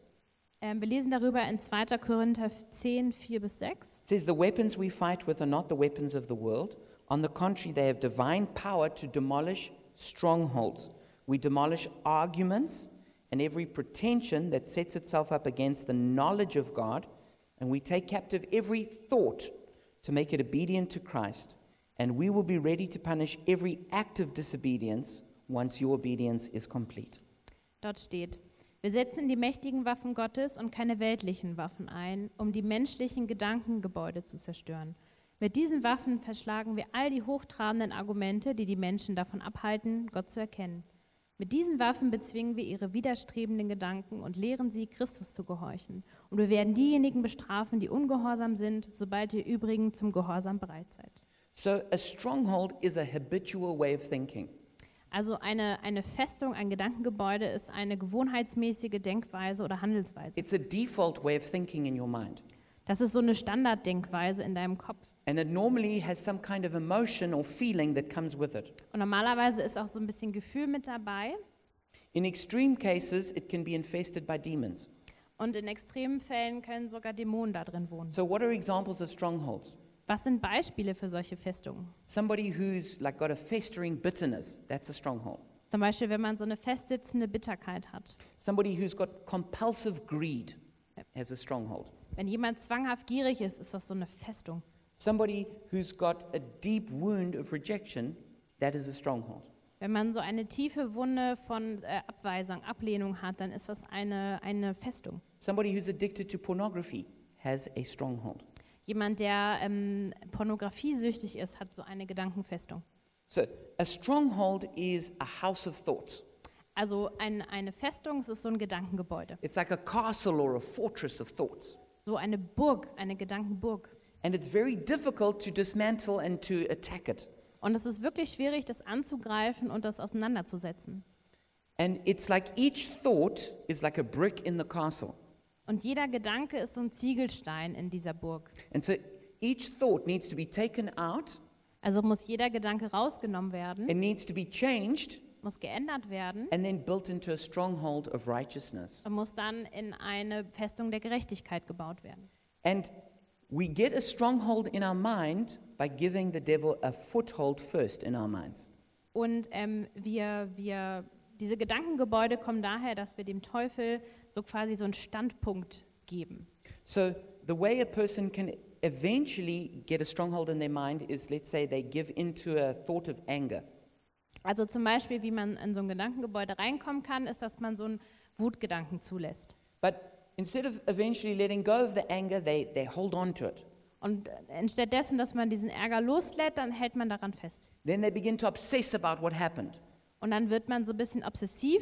Speaker 2: Ähm, wir lesen darüber in 2. Korinther 10, 4 bis 6.
Speaker 1: It says, The weapons we fight with are not the weapons of the world. On the contrary, they have divine power to demolish strongholds. We demolish arguments and every pretension that sets itself up against the knowledge of God, and we take captive every thought to make it obedient to Christ. And we will be ready to punish every act of disobedience once your obedience is complete.
Speaker 2: Dort steht, wir setzen die mächtigen Waffen Gottes und keine weltlichen Waffen ein, um die menschlichen Gedankengebäude zu zerstören. Mit diesen Waffen verschlagen wir all die hochtrabenden Argumente, die die Menschen davon abhalten, Gott zu erkennen. Mit diesen Waffen bezwingen wir ihre widerstrebenden Gedanken und lehren sie, Christus zu gehorchen. Und wir werden diejenigen bestrafen, die ungehorsam sind, sobald ihr übrigen zum Gehorsam bereit seid.
Speaker 1: So, a stronghold is a habitual way of thinking.
Speaker 2: Also eine, eine Festung, ein Gedankengebäude ist eine gewohnheitsmäßige Denkweise oder Handelsweise.
Speaker 1: It's a default way of thinking in your mind.
Speaker 2: Das ist so eine Standarddenkweise in deinem Kopf.
Speaker 1: And it normally has some kind of emotion or feeling that comes with it.
Speaker 2: Und normalerweise ist auch so ein bisschen Gefühl mit dabei.
Speaker 1: In extreme cases, it can be infested by demons.
Speaker 2: Und in extremen Fällen können sogar Dämonen da drin wohnen.
Speaker 1: So, what are examples of strongholds?
Speaker 2: Was sind Beispiele für solche Festungen?
Speaker 1: Somebody who's like got a festering bitterness, that's a stronghold.
Speaker 2: Zum Beispiel, wenn man so eine festsitzende Bitterkeit hat.
Speaker 1: Somebody who's got compulsive greed has a stronghold.
Speaker 2: Wenn jemand zwanghaft gierig ist, ist das so eine Festung.
Speaker 1: Somebody who's got a deep wound of rejection, that is a stronghold.
Speaker 2: Wenn man so eine tiefe Wunde von äh, Abweisung, Ablehnung hat, dann ist das eine, eine Festung.
Speaker 1: Somebody who's addicted to pornography has a stronghold.
Speaker 2: Jemand, der ähm, pornografiesüchtig ist, hat so eine Gedankenfestung.
Speaker 1: So, a stronghold is a house of thoughts.
Speaker 2: Also ein, eine Festung es ist so ein Gedankengebäude.
Speaker 1: It's like a castle or a fortress of thoughts.
Speaker 2: So eine Burg, eine Gedankenburg.
Speaker 1: And it's very difficult to dismantle and to attack it.
Speaker 2: Und es ist wirklich schwierig, das anzugreifen und das auseinanderzusetzen.
Speaker 1: And it's like each thought is like a brick in the castle.
Speaker 2: Und jeder Gedanke ist so ein Ziegelstein in dieser Burg.
Speaker 1: And so each thought needs to be taken out,
Speaker 2: Also muss jeder Gedanke rausgenommen werden,
Speaker 1: it needs to be changed,
Speaker 2: muss geändert werden
Speaker 1: and then built into a stronghold of righteousness.
Speaker 2: und muss dann in eine Festung der Gerechtigkeit gebaut werden.
Speaker 1: And we get a stronghold in our mind by giving the devil a foothold first in our minds.
Speaker 2: Und ähm, wir, wir, diese Gedankengebäude kommen daher, dass wir dem Teufel so quasi so einen Standpunkt geben.
Speaker 1: So the way a person can eventually get a stronghold in their mind is let's say they give into a thought of anger.
Speaker 2: Also zum Beispiel, wie man in so ein Gedankengebäude reinkommen kann, ist, dass man so einen Wutgedanken zulässt.
Speaker 1: But instead of eventually letting go of the anger, they, they hold on to it.
Speaker 2: Und anstatt dessen, dass man diesen Ärger loslädt, dann hält man daran fest.
Speaker 1: Then they begin to obsess about what happened.
Speaker 2: Und dann wird man so ein bisschen obsessiv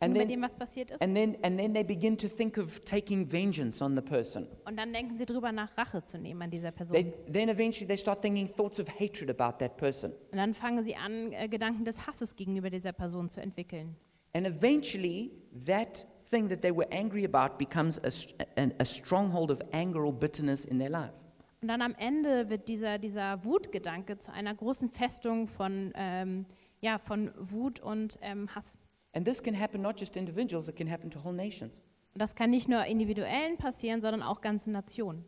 Speaker 1: And
Speaker 2: über
Speaker 1: then-
Speaker 2: dem, was passiert ist.
Speaker 1: And then, and then they begin to think of taking vengeance on the person.
Speaker 2: Und dann denken sie drüber nach, Rache zu nehmen an dieser Person.
Speaker 1: They, then eventually they start thinking thoughts of hatred about that person.
Speaker 2: Und dann fangen sie an, äh, Gedanken des Hasses gegenüber dieser Person zu entwickeln.
Speaker 1: And eventually that thing that they were angry about becomes a, st- an- a stronghold of anger or bitterness in their life.
Speaker 2: Und dann am Ende wird dieser, dieser Wutgedanke zu einer großen Festung von, ähm, ja, von Wut und ähm, Hass.
Speaker 1: And this can happen not just to individuals, it can happen to whole nations.
Speaker 2: Und das kann nicht nur Individuellen passieren, sondern auch ganzen Nationen.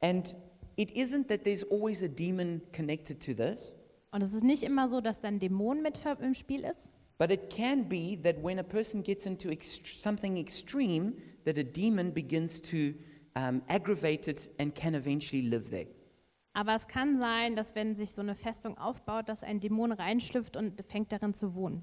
Speaker 1: And it isn't that there's always a demon connected to this,
Speaker 2: Und es ist nicht immer so, dass dann Dämon mit ver- im Spiel ist,
Speaker 1: but it can be that when a person gets into ext- something extreme, that a demon begins to um, aggravate it and can eventually live there.
Speaker 2: aber es kann sein, dass wenn sich so eine Festung aufbaut, dass ein Dämon reinschlüpft und fängt darin zu wohnen.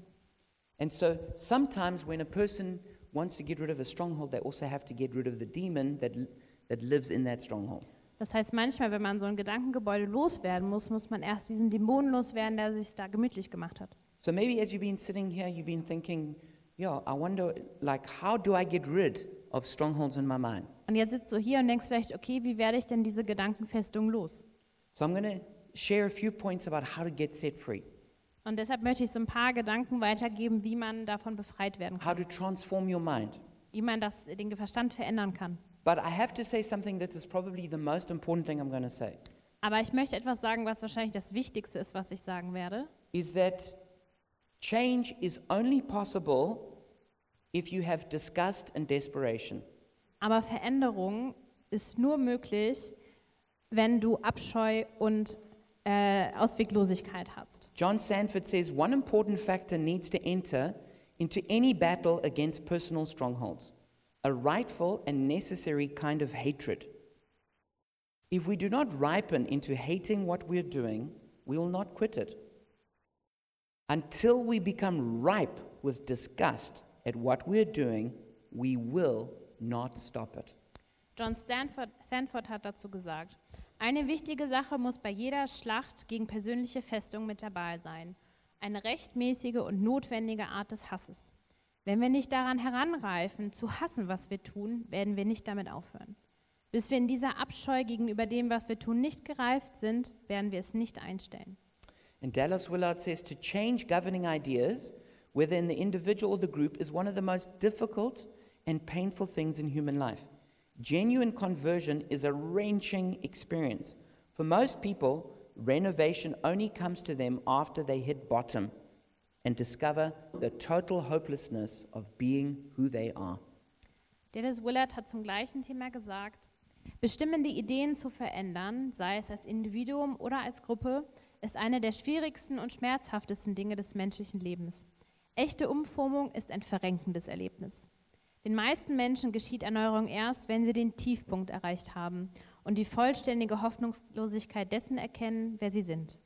Speaker 1: And so sometimes when a person wants to get rid of a stronghold, they also have to get rid of the demon that, l- that lives in that stronghold.
Speaker 2: Das heißt, manchmal, wenn man so ein Gedankengebäude loswerden muss, muss man erst diesen Dämon loswerden, der sich da gemütlich gemacht hat.
Speaker 1: So maybe as you've been sitting here, you've been thinking, yeah, I wonder, like, how do I get rid of strongholds in my mind?
Speaker 2: Und jetzt sitzt du hier und denkst vielleicht, okay, wie werde ich denn diese Gedankenfestung los?
Speaker 1: So I'm going to share a few points about how to get set free,
Speaker 2: Und deshalb möchte ich so ein paar Gedanken weitergeben, wie man davon befreit werden kann,
Speaker 1: how to transform your mind.
Speaker 2: wie man das, den Verstand verändern kann.
Speaker 1: But I have to say something that is probably the most important thing I'm going to say
Speaker 2: Aber ich möchte etwas sagen, was wahrscheinlich das Wichtigste ist, was ich sagen werde.
Speaker 1: is that change is only possible if you have disgust and desperation.
Speaker 2: Aber Veränderung ist nur möglich, wenn du Abscheu und äh, Ausweglosigkeit hast.
Speaker 1: John Sanford says one important factor needs to enter into any battle against personal strongholds a rightful and necessary kind of hatred. If we do not ripen into hating what we're doing, we will not quit it until we become ripe with disgust at what we're doing. We will not stop it.
Speaker 2: John Stanford, Sanford hat dazu gesagt, eine wichtige Sache muss bei jeder Schlacht gegen persönliche Festung mit dabei sein. Eine rechtmäßige und notwendige Art des Hasses. Wenn wir nicht daran heranreifen, zu hassen, was wir tun, werden wir nicht damit aufhören. Bis wir in dieser Abscheu gegenüber dem, was wir tun, nicht gereift sind, werden wir es nicht einstellen.
Speaker 1: And Dallas Willard says to change governing ideas, whether in the individual or the group, is one of the most difficult and painful things in human life. Genuine conversion is a wrenching experience. For most people, renovation only comes to them after they hit bottom and discover the total hopelessness of being who they are.
Speaker 2: Dennis Willard hat zum gleichen Thema gesagt, bestimmende Ideen zu verändern, sei es als Individuum oder als Gruppe, ist eine der schwierigsten und schmerzhaftesten Dinge des menschlichen Lebens. Echte Umformung ist ein verrenkendes Erlebnis. Den meisten Menschen geschieht Erneuerung erst, wenn sie den Tiefpunkt erreicht haben und die vollständige Hoffnungslosigkeit dessen erkennen, wer sie sind.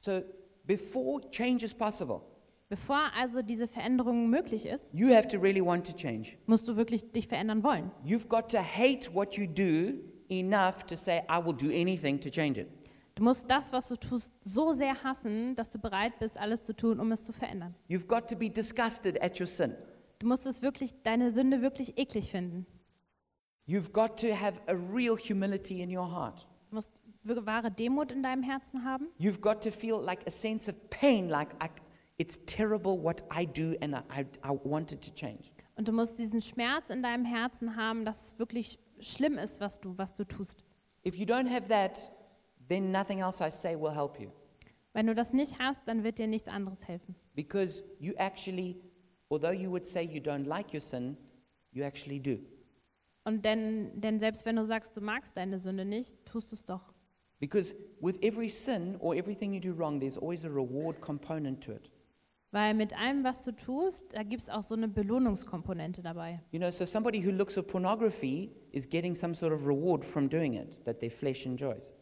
Speaker 1: So, before change is possible,
Speaker 2: Bevor also diese Veränderung möglich ist,
Speaker 1: you have to really want to change.
Speaker 2: musst du wirklich dich verändern wollen.
Speaker 1: You've got to hate what you do enough to say, I will do anything to change it.
Speaker 2: Du musst das, was du tust, so sehr hassen, dass du bereit bist, alles zu tun, um es zu verändern.
Speaker 1: You've got to be disgusted at your sin.
Speaker 2: Du musst es wirklich, deine Sünde wirklich eklig finden.
Speaker 1: You've got to have a real humility in your heart.
Speaker 2: Du musst wir- wahre Demut in deinem Herzen haben.
Speaker 1: You've got to feel like a sense of pain, like I, it's terrible what I do and I, I, I want it to change.
Speaker 2: Und du musst diesen Schmerz in deinem Herzen haben, dass es wirklich schlimm ist, was du, was du tust.
Speaker 1: If you don't have that, then nothing else I say will help you.
Speaker 2: Wenn du das nicht hast, dann wird dir nichts anderes helfen.
Speaker 1: Because you actually, although you would say you don't like your sin, you actually do.
Speaker 2: Und denn, denn selbst wenn du sagst, du magst deine Sünde nicht, tust du es doch.
Speaker 1: Because with every sin or everything you do wrong, there's always a reward component to it.
Speaker 2: Weil mit allem, was du tust, da gibt es auch so eine Belohnungskomponente dabei.
Speaker 1: You know, so somebody who looks at pornography is getting some sort of reward from doing it that their flesh enjoys.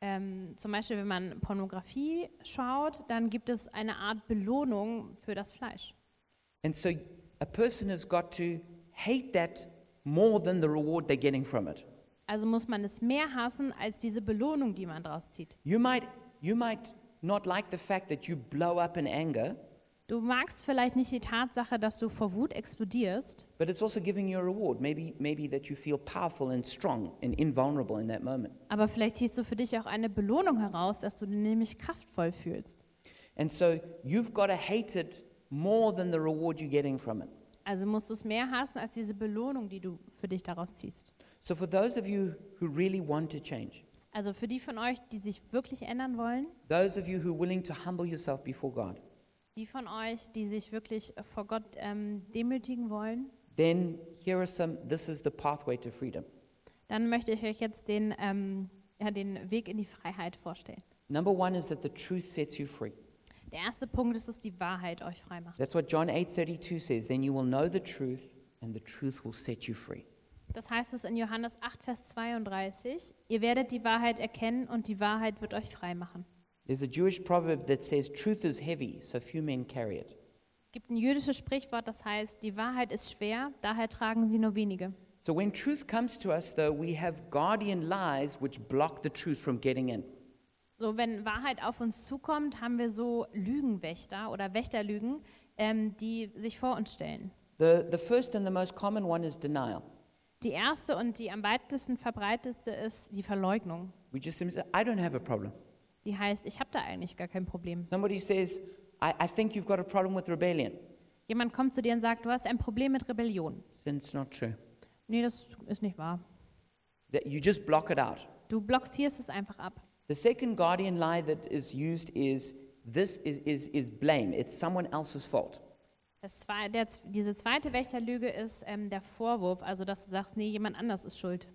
Speaker 2: Ähm, zum Beispiel, wenn man Pornografie schaut, dann gibt es eine Art Belohnung für das Fleisch.
Speaker 1: And so a person has got to hate that more than the reward they're getting from it.
Speaker 2: Also muss man es mehr hassen als diese Belohnung, die man draus zieht.
Speaker 1: You might, you might not like the fact that you blow up in anger,
Speaker 2: Du magst vielleicht nicht die Tatsache, dass du vor Wut explodierst,
Speaker 1: but it's also giving you a reward. Maybe, maybe that you feel powerful and strong and invulnerable in that moment.
Speaker 2: aber vielleicht hieß so für dich auch eine Belohnung heraus, dass du dich nämlich kraftvoll fühlst.
Speaker 1: And so you've got to hate it more than the reward you're getting from it.
Speaker 2: Also musst du es mehr hassen als diese Belohnung, die du für dich daraus ziehst.
Speaker 1: So, for those of you who really want to change,
Speaker 2: Also für die von euch, die sich wirklich ändern wollen,
Speaker 1: those of you who are willing to humble yourself before God,
Speaker 2: die von euch, die sich wirklich vor Gott ähm, demütigen wollen,
Speaker 1: then here are some, this is the pathway to freedom.
Speaker 2: dann möchte ich euch jetzt den, ähm, ja, den Weg in die Freiheit vorstellen.
Speaker 1: Number one is that the truth sets you free.
Speaker 2: Der erste Punkt ist, dass die Wahrheit euch frei macht.
Speaker 1: That's what John 8:32 says, then you will know the truth and the truth will set you free.
Speaker 2: Das heißt es in Johannes 8, Vers 32, ihr werdet die Wahrheit erkennen und die Wahrheit wird euch frei machen.
Speaker 1: There's a Jewish proverb that says truth is heavy, so few men carry it.
Speaker 2: Es gibt ein jüdisches Sprichwort, das heißt, die Wahrheit ist schwer, daher tragen sie nur wenige.
Speaker 1: So when truth comes to us though, we have guardian lies which block the truth from getting in.
Speaker 2: So, wenn Wahrheit auf uns zukommt, haben wir so Lügenwächter oder Wächterlügen, ähm, die sich vor uns stellen.
Speaker 1: The, the first and the most common one is denial.
Speaker 2: Die erste und die am weitesten verbreiteste ist die Verleugnung.
Speaker 1: We just simply say, I don't have a problem.
Speaker 2: Die heißt, ich habe da eigentlich gar kein Problem.
Speaker 1: Somebody says, I, I think you've got a problem with rebellion.
Speaker 2: Jemand kommt zu dir und sagt, du hast ein Problem mit Rebellion.
Speaker 1: Then it's not true.
Speaker 2: Nee, das ist nicht wahr.
Speaker 1: That you just block it out.
Speaker 2: Du blockierst es einfach ab.
Speaker 1: The second guardian lie that is used is this is, is, is blame. It's someone else's fault.
Speaker 2: Das zwei, der, z- diese zweite Wächterlüge ist ähm, der Vorwurf, also dass du sagst, nee, jemand anders ist schuld.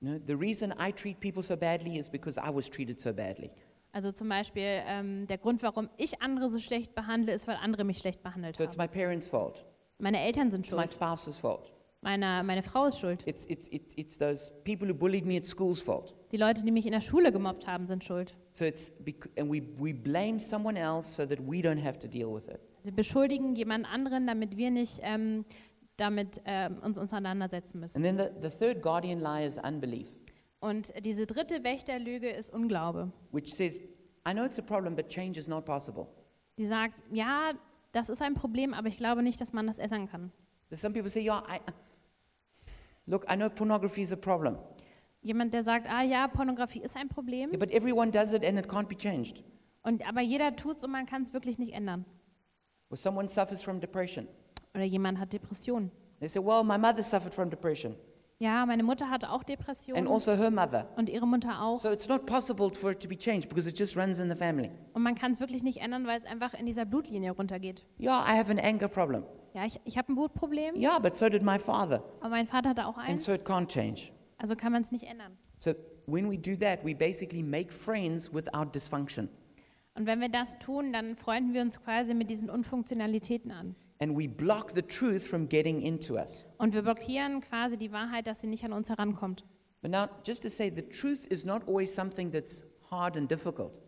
Speaker 1: You know, the reason I treat people so badly is because I was treated so badly.
Speaker 2: Also zum Beispiel ähm, der Grund, warum ich andere so schlecht behandle, ist, weil andere mich schlecht behandelt
Speaker 1: So it's
Speaker 2: haben.
Speaker 1: my parents' fault.
Speaker 2: Meine Eltern sind
Speaker 1: It's my
Speaker 2: schuld.
Speaker 1: spouse's fault.
Speaker 2: Meine, meine Frau ist schuld.
Speaker 1: It's, it's, it's, it's those people who bullied me at school's fault.
Speaker 2: Die Leute, die mich in der Schule gemobbt haben, sind schuld.
Speaker 1: So it's bec- and we, we blame someone else so that we don't have to deal with it.
Speaker 2: Sie beschuldigen jemand anderen, damit wir nicht ähm, damit ähm, uns auseinandersetzen müssen.
Speaker 1: And then the, the third guardian lie is unbelief,
Speaker 2: Und diese dritte Wächterlüge ist Unglaube.
Speaker 1: which says, I know it's a problem, but change is not possible.
Speaker 2: Die sagt, ja, das ist ein Problem, aber ich glaube nicht, dass man das ändern kann.
Speaker 1: There's some people say, yeah, I, I- look, I know pornography is a problem,
Speaker 2: Jemand, der sagt, ah ja, Pornografie ist ein Problem,
Speaker 1: Yeah, but everyone does it and it can't be changed.
Speaker 2: und, aber jeder tut's und man kann es wirklich nicht ändern.
Speaker 1: Or someone suffers from depression.
Speaker 2: Oder jemand hat Depressionen.
Speaker 1: They say, well, my mother suffered from depression
Speaker 2: Ja, meine Mutter hatte auch
Speaker 1: and
Speaker 2: Depressionen
Speaker 1: also her mother.
Speaker 2: und ihre Mutter auch.
Speaker 1: So it's not possible for it to be changed because it just runs in the family.
Speaker 2: Und man kann es wirklich nicht ändern, weil es einfach in dieser Blutlinie runtergeht.
Speaker 1: Yeah, I have an anger problem.
Speaker 2: Ja, ich, ich habe ein Wutproblem,
Speaker 1: Yeah, but so did my father.
Speaker 2: aber mein Vater hatte auch
Speaker 1: And
Speaker 2: eins,
Speaker 1: so it can't change.
Speaker 2: also kann man es nicht ändern.
Speaker 1: So when we do that, we basically make friends with our dysfunction.
Speaker 2: Und wenn wir das tun, dann freunden wir uns quasi mit diesen Unfunktionalitäten an.
Speaker 1: And we block the truth from getting into us.
Speaker 2: Und wir blockieren quasi die Wahrheit, dass sie nicht an uns herankommt.
Speaker 1: But now, just to say, the truth is not always something that's hard and difficult.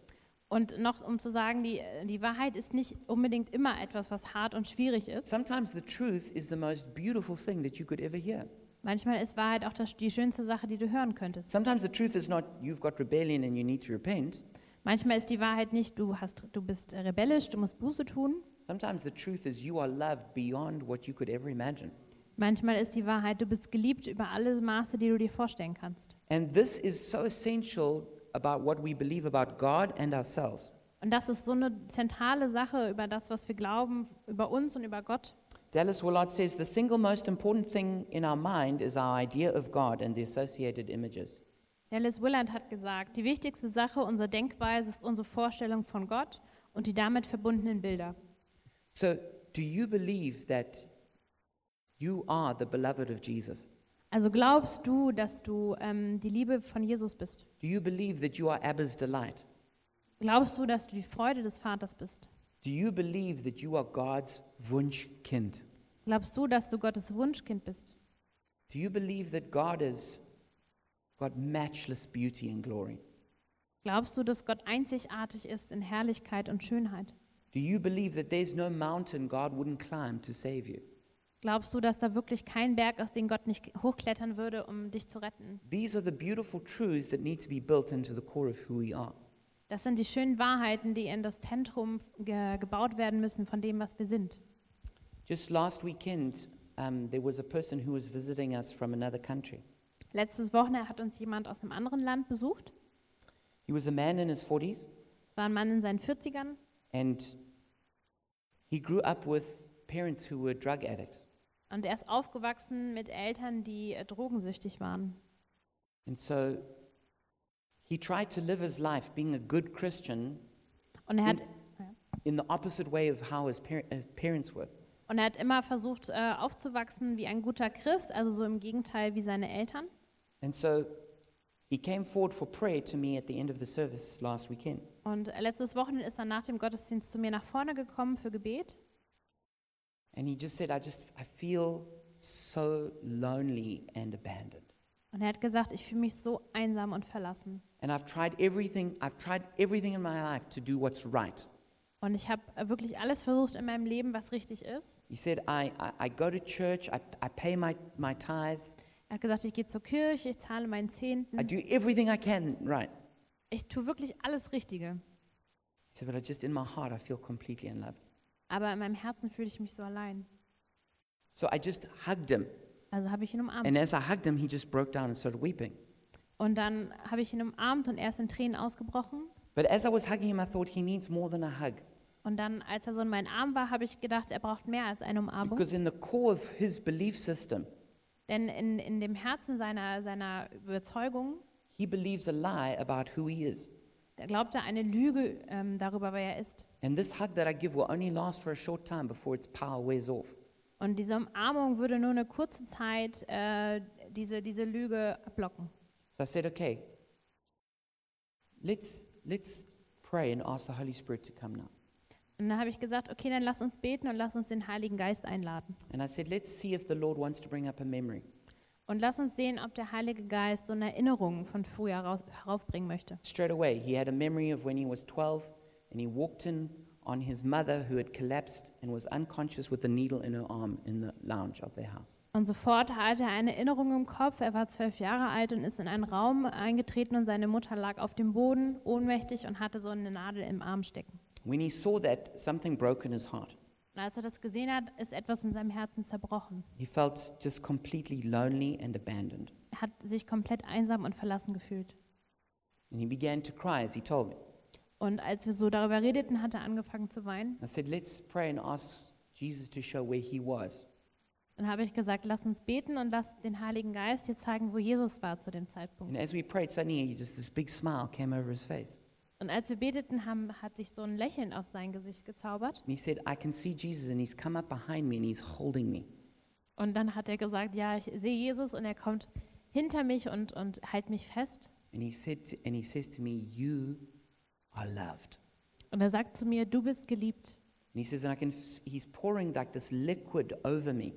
Speaker 2: Und noch um zu sagen, die, die Wahrheit ist nicht unbedingt immer etwas, was hart und schwierig ist.
Speaker 1: Sometimes the truth is the most beautiful thing that you could ever hear.
Speaker 2: Manchmal ist Wahrheit auch das, die schönste Sache, die du hören könntest.
Speaker 1: Sometimes the truth is not you've got rebellion and you need to repent.
Speaker 2: Manchmal ist die Wahrheit nicht, du, hast, du bist rebellisch, du musst Buße tun.
Speaker 1: Sometimes the truth is you are loved beyond what you could ever imagine.
Speaker 2: Manchmal ist die Wahrheit, du bist geliebt über alle Maße, die du dir vorstellen kannst.
Speaker 1: And this is so essential about what we believe about God and ourselves
Speaker 2: Und das ist so eine zentrale Sache über das, was wir glauben, über uns und über Gott,
Speaker 1: Dallas Willard says the single most important thing in our mind is our idea of God and the associated images.
Speaker 2: Dallas Willard hat gesagt, die wichtigste Sache unserer Denkweise ist unsere Vorstellung von Gott und die damit verbundenen Bilder.
Speaker 1: So, do you believe that you are the beloved of Jesus?
Speaker 2: Also glaubst du, dass du ähm, die Liebe von Jesus bist?
Speaker 1: Do you believe that you are Abba's delight?
Speaker 2: Glaubst du, dass du die Freude des Vaters bist?
Speaker 1: Do you believe that you are God's Wunschkind?
Speaker 2: Glaubst du, dass du Gottes Wunschkind bist?
Speaker 1: Do you believe that God has got matchless beauty and glory?
Speaker 2: Glaubst du, dass Gott einzigartig ist in Herrlichkeit und Schönheit?
Speaker 1: Do you believe that there's no mountain God wouldn't climb to save you?
Speaker 2: Glaubst du, dass da wirklich kein Berg ist, den Gott nicht hochklettern würde, um dich zu retten?
Speaker 1: These are the beautiful truths that need to be built into the core of who we are.
Speaker 2: Das sind die schönen Wahrheiten, die in das Zentrum ge gebaut werden müssen von dem, was wir sind.
Speaker 1: Just last weekend, um, there was a person who was visiting us from another country.
Speaker 2: Letztes Wochenende hat uns jemand aus einem anderen Land besucht.
Speaker 1: He was a man in his 40s,
Speaker 2: Es war ein Mann in seinen 40ern
Speaker 1: and he grew up with parents who were drug addicts.
Speaker 2: und er ist aufgewachsen mit Eltern, die äh, drogensüchtig waren.
Speaker 1: And so he tried to live his life being a good Christian
Speaker 2: Und er hat,
Speaker 1: in the opposite way of how his par- uh, parents were.
Speaker 2: und er hat immer versucht, äh, aufzuwachsen wie ein guter Christ, also so im Gegenteil wie seine Eltern.
Speaker 1: And so he came forward for prayer to me at the end of the service last weekend.
Speaker 2: Und äh, letztes Wochenende ist er nach dem Gottesdienst zu mir nach vorne gekommen für Gebet.
Speaker 1: And he just said, I just, I feel so lonely and abandoned.
Speaker 2: Und er hat gesagt, ich fühle mich so einsam und verlassen.
Speaker 1: And I've tried everything, I've tried everything in my life to do what's right.
Speaker 2: Und ich habe äh, wirklich alles versucht in meinem Leben, was richtig ist.
Speaker 1: He said, I, I, I go to church, I, I pay my, my tithes,
Speaker 2: Er hat gesagt, ich gehe zur Kirche, ich zahle meinen
Speaker 1: I
Speaker 2: Zehnten.
Speaker 1: do everything I can right.
Speaker 2: Ich tue wirklich alles Richtige.
Speaker 1: He said, but I just, in my heart, I feel completely unloved.
Speaker 2: Aber in meinem Herzen fühle ich mich so allein.
Speaker 1: So I just hugged him.
Speaker 2: Also habe ich ihn umarmt.
Speaker 1: And as I hugged him, he just broke down and started weeping.
Speaker 2: Und dann habe ich ihn umarmt und er ist in Tränen ausgebrochen.
Speaker 1: But as I was hugging him, I thought he needs more than a hug.
Speaker 2: Und dann, als er so in meinen Arm war, habe ich gedacht, er braucht mehr als eine Umarmung.
Speaker 1: Because in the core of his belief system,
Speaker 2: Denn in, in dem Herzen seiner, seiner Überzeugung,
Speaker 1: he believes a lie about who he is.
Speaker 2: da glaubt er eine Lüge ähm, darüber, wer er ist.
Speaker 1: And this hug that I give will only last for a short time before its power wears off.
Speaker 2: Und diese Umarmung würde nur eine kurze Zeit äh, diese, diese Lüge blocken.
Speaker 1: So I said, okay, let's, let's pray and ask the Holy Spirit to come now.
Speaker 2: Und dann habe ich gesagt, okay, dann lass uns beten und lass uns den Heiligen Geist einladen.
Speaker 1: And I said, let's see if the Lord wants to bring up a memory.
Speaker 2: Und lass uns sehen, ob der Heilige Geist so eine Erinnerung von früher raus, heraufbringen möchte.
Speaker 1: Straight away, he had a memory of when he was 12 and he walked in on his mother who had collapsed and was unconscious with a needle in her arm in the lounge of their house.
Speaker 2: Und sofort hatte er eine Erinnerung im Kopf. Er war zwölf Jahre alt und ist in einen Raum eingetreten und seine Mutter lag auf dem Boden, ohnmächtig und hatte so eine Nadel im Arm stecken.
Speaker 1: When he saw that, something broke in his heart.
Speaker 2: Und als er das gesehen hat, ist etwas in seinem Herzen zerbrochen.
Speaker 1: He felt just completely lonely and abandoned.
Speaker 2: Er hat sich komplett einsam und verlassen gefühlt.
Speaker 1: And he began to cry, as he told me.
Speaker 2: Und als wir so darüber redeten, hat er angefangen zu weinen.
Speaker 1: I said, Let's pray and ask Jesus to show where he was.
Speaker 2: Dann habe ich gesagt, lass uns beten und lass den Heiligen Geist dir zeigen, wo Jesus war zu dem
Speaker 1: And
Speaker 2: Zeitpunkt.
Speaker 1: as we prayed, suddenly he just this big smile came over his face.
Speaker 2: Und als wir beteten haben, hat sich so ein Lächeln auf sein Gesicht gezaubert.
Speaker 1: And he said, I can see Jesus, and he's come up behind me and he's holding me.
Speaker 2: Und dann hat er gesagt, ja, ich sehe Jesus und er kommt hinter mich und, und hält mich fest.
Speaker 1: And he said, to, and he says to me, You are loved.
Speaker 2: Und er sagt zu mir, du bist geliebt.
Speaker 1: And he says, and I can, f- he's pouring like this liquid over me.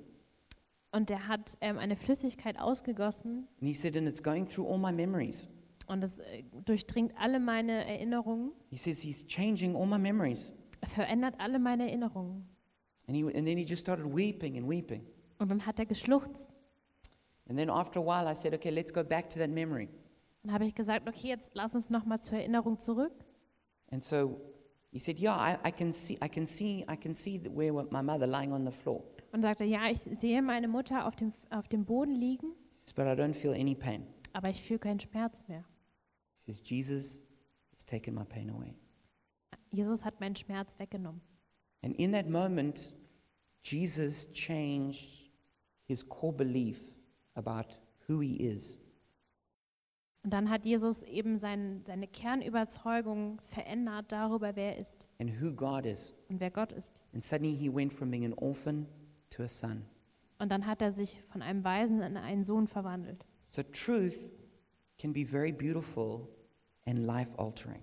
Speaker 2: Und er hat ähm, eine Flüssigkeit ausgegossen
Speaker 1: And he said, and it's going through all my memories.
Speaker 2: und es äh, durchdringt alle meine Erinnerungen,
Speaker 1: He says, he's changing all my memories.
Speaker 2: verändert alle meine Erinnerungen.
Speaker 1: And, he, and then he just started weeping and weeping.
Speaker 2: Und dann hat er geschluchzt.
Speaker 1: And then after a while, I said, okay, let's go back to that memory.
Speaker 2: Dann habe ich gesagt, okay, jetzt lass uns nochmal zur Erinnerung zurück.
Speaker 1: And so he said, yeah, I, I can see, I can see, I can see that where my mother lying on the floor.
Speaker 2: Und sagte, ja, ich sehe meine Mutter auf dem, auf dem Boden liegen,
Speaker 1: He says, but I don't feel any pain.
Speaker 2: aber ich fühle keinen Schmerz mehr.
Speaker 1: He says, Jesus has taken my pain away.
Speaker 2: Jesus hat meinen Schmerz weggenommen.
Speaker 1: And in that moment, Jesus changed his core belief about who he is.
Speaker 2: Und dann hat Jesus eben sein, seine Kernüberzeugung verändert darüber, wer er ist
Speaker 1: and who God is.
Speaker 2: und wer Gott ist.
Speaker 1: And suddenly he went from being an orphan to a son.
Speaker 2: Und dann hat er sich von einem Weisen in einen Sohn verwandelt.
Speaker 1: So truth can be very beautiful and life altering.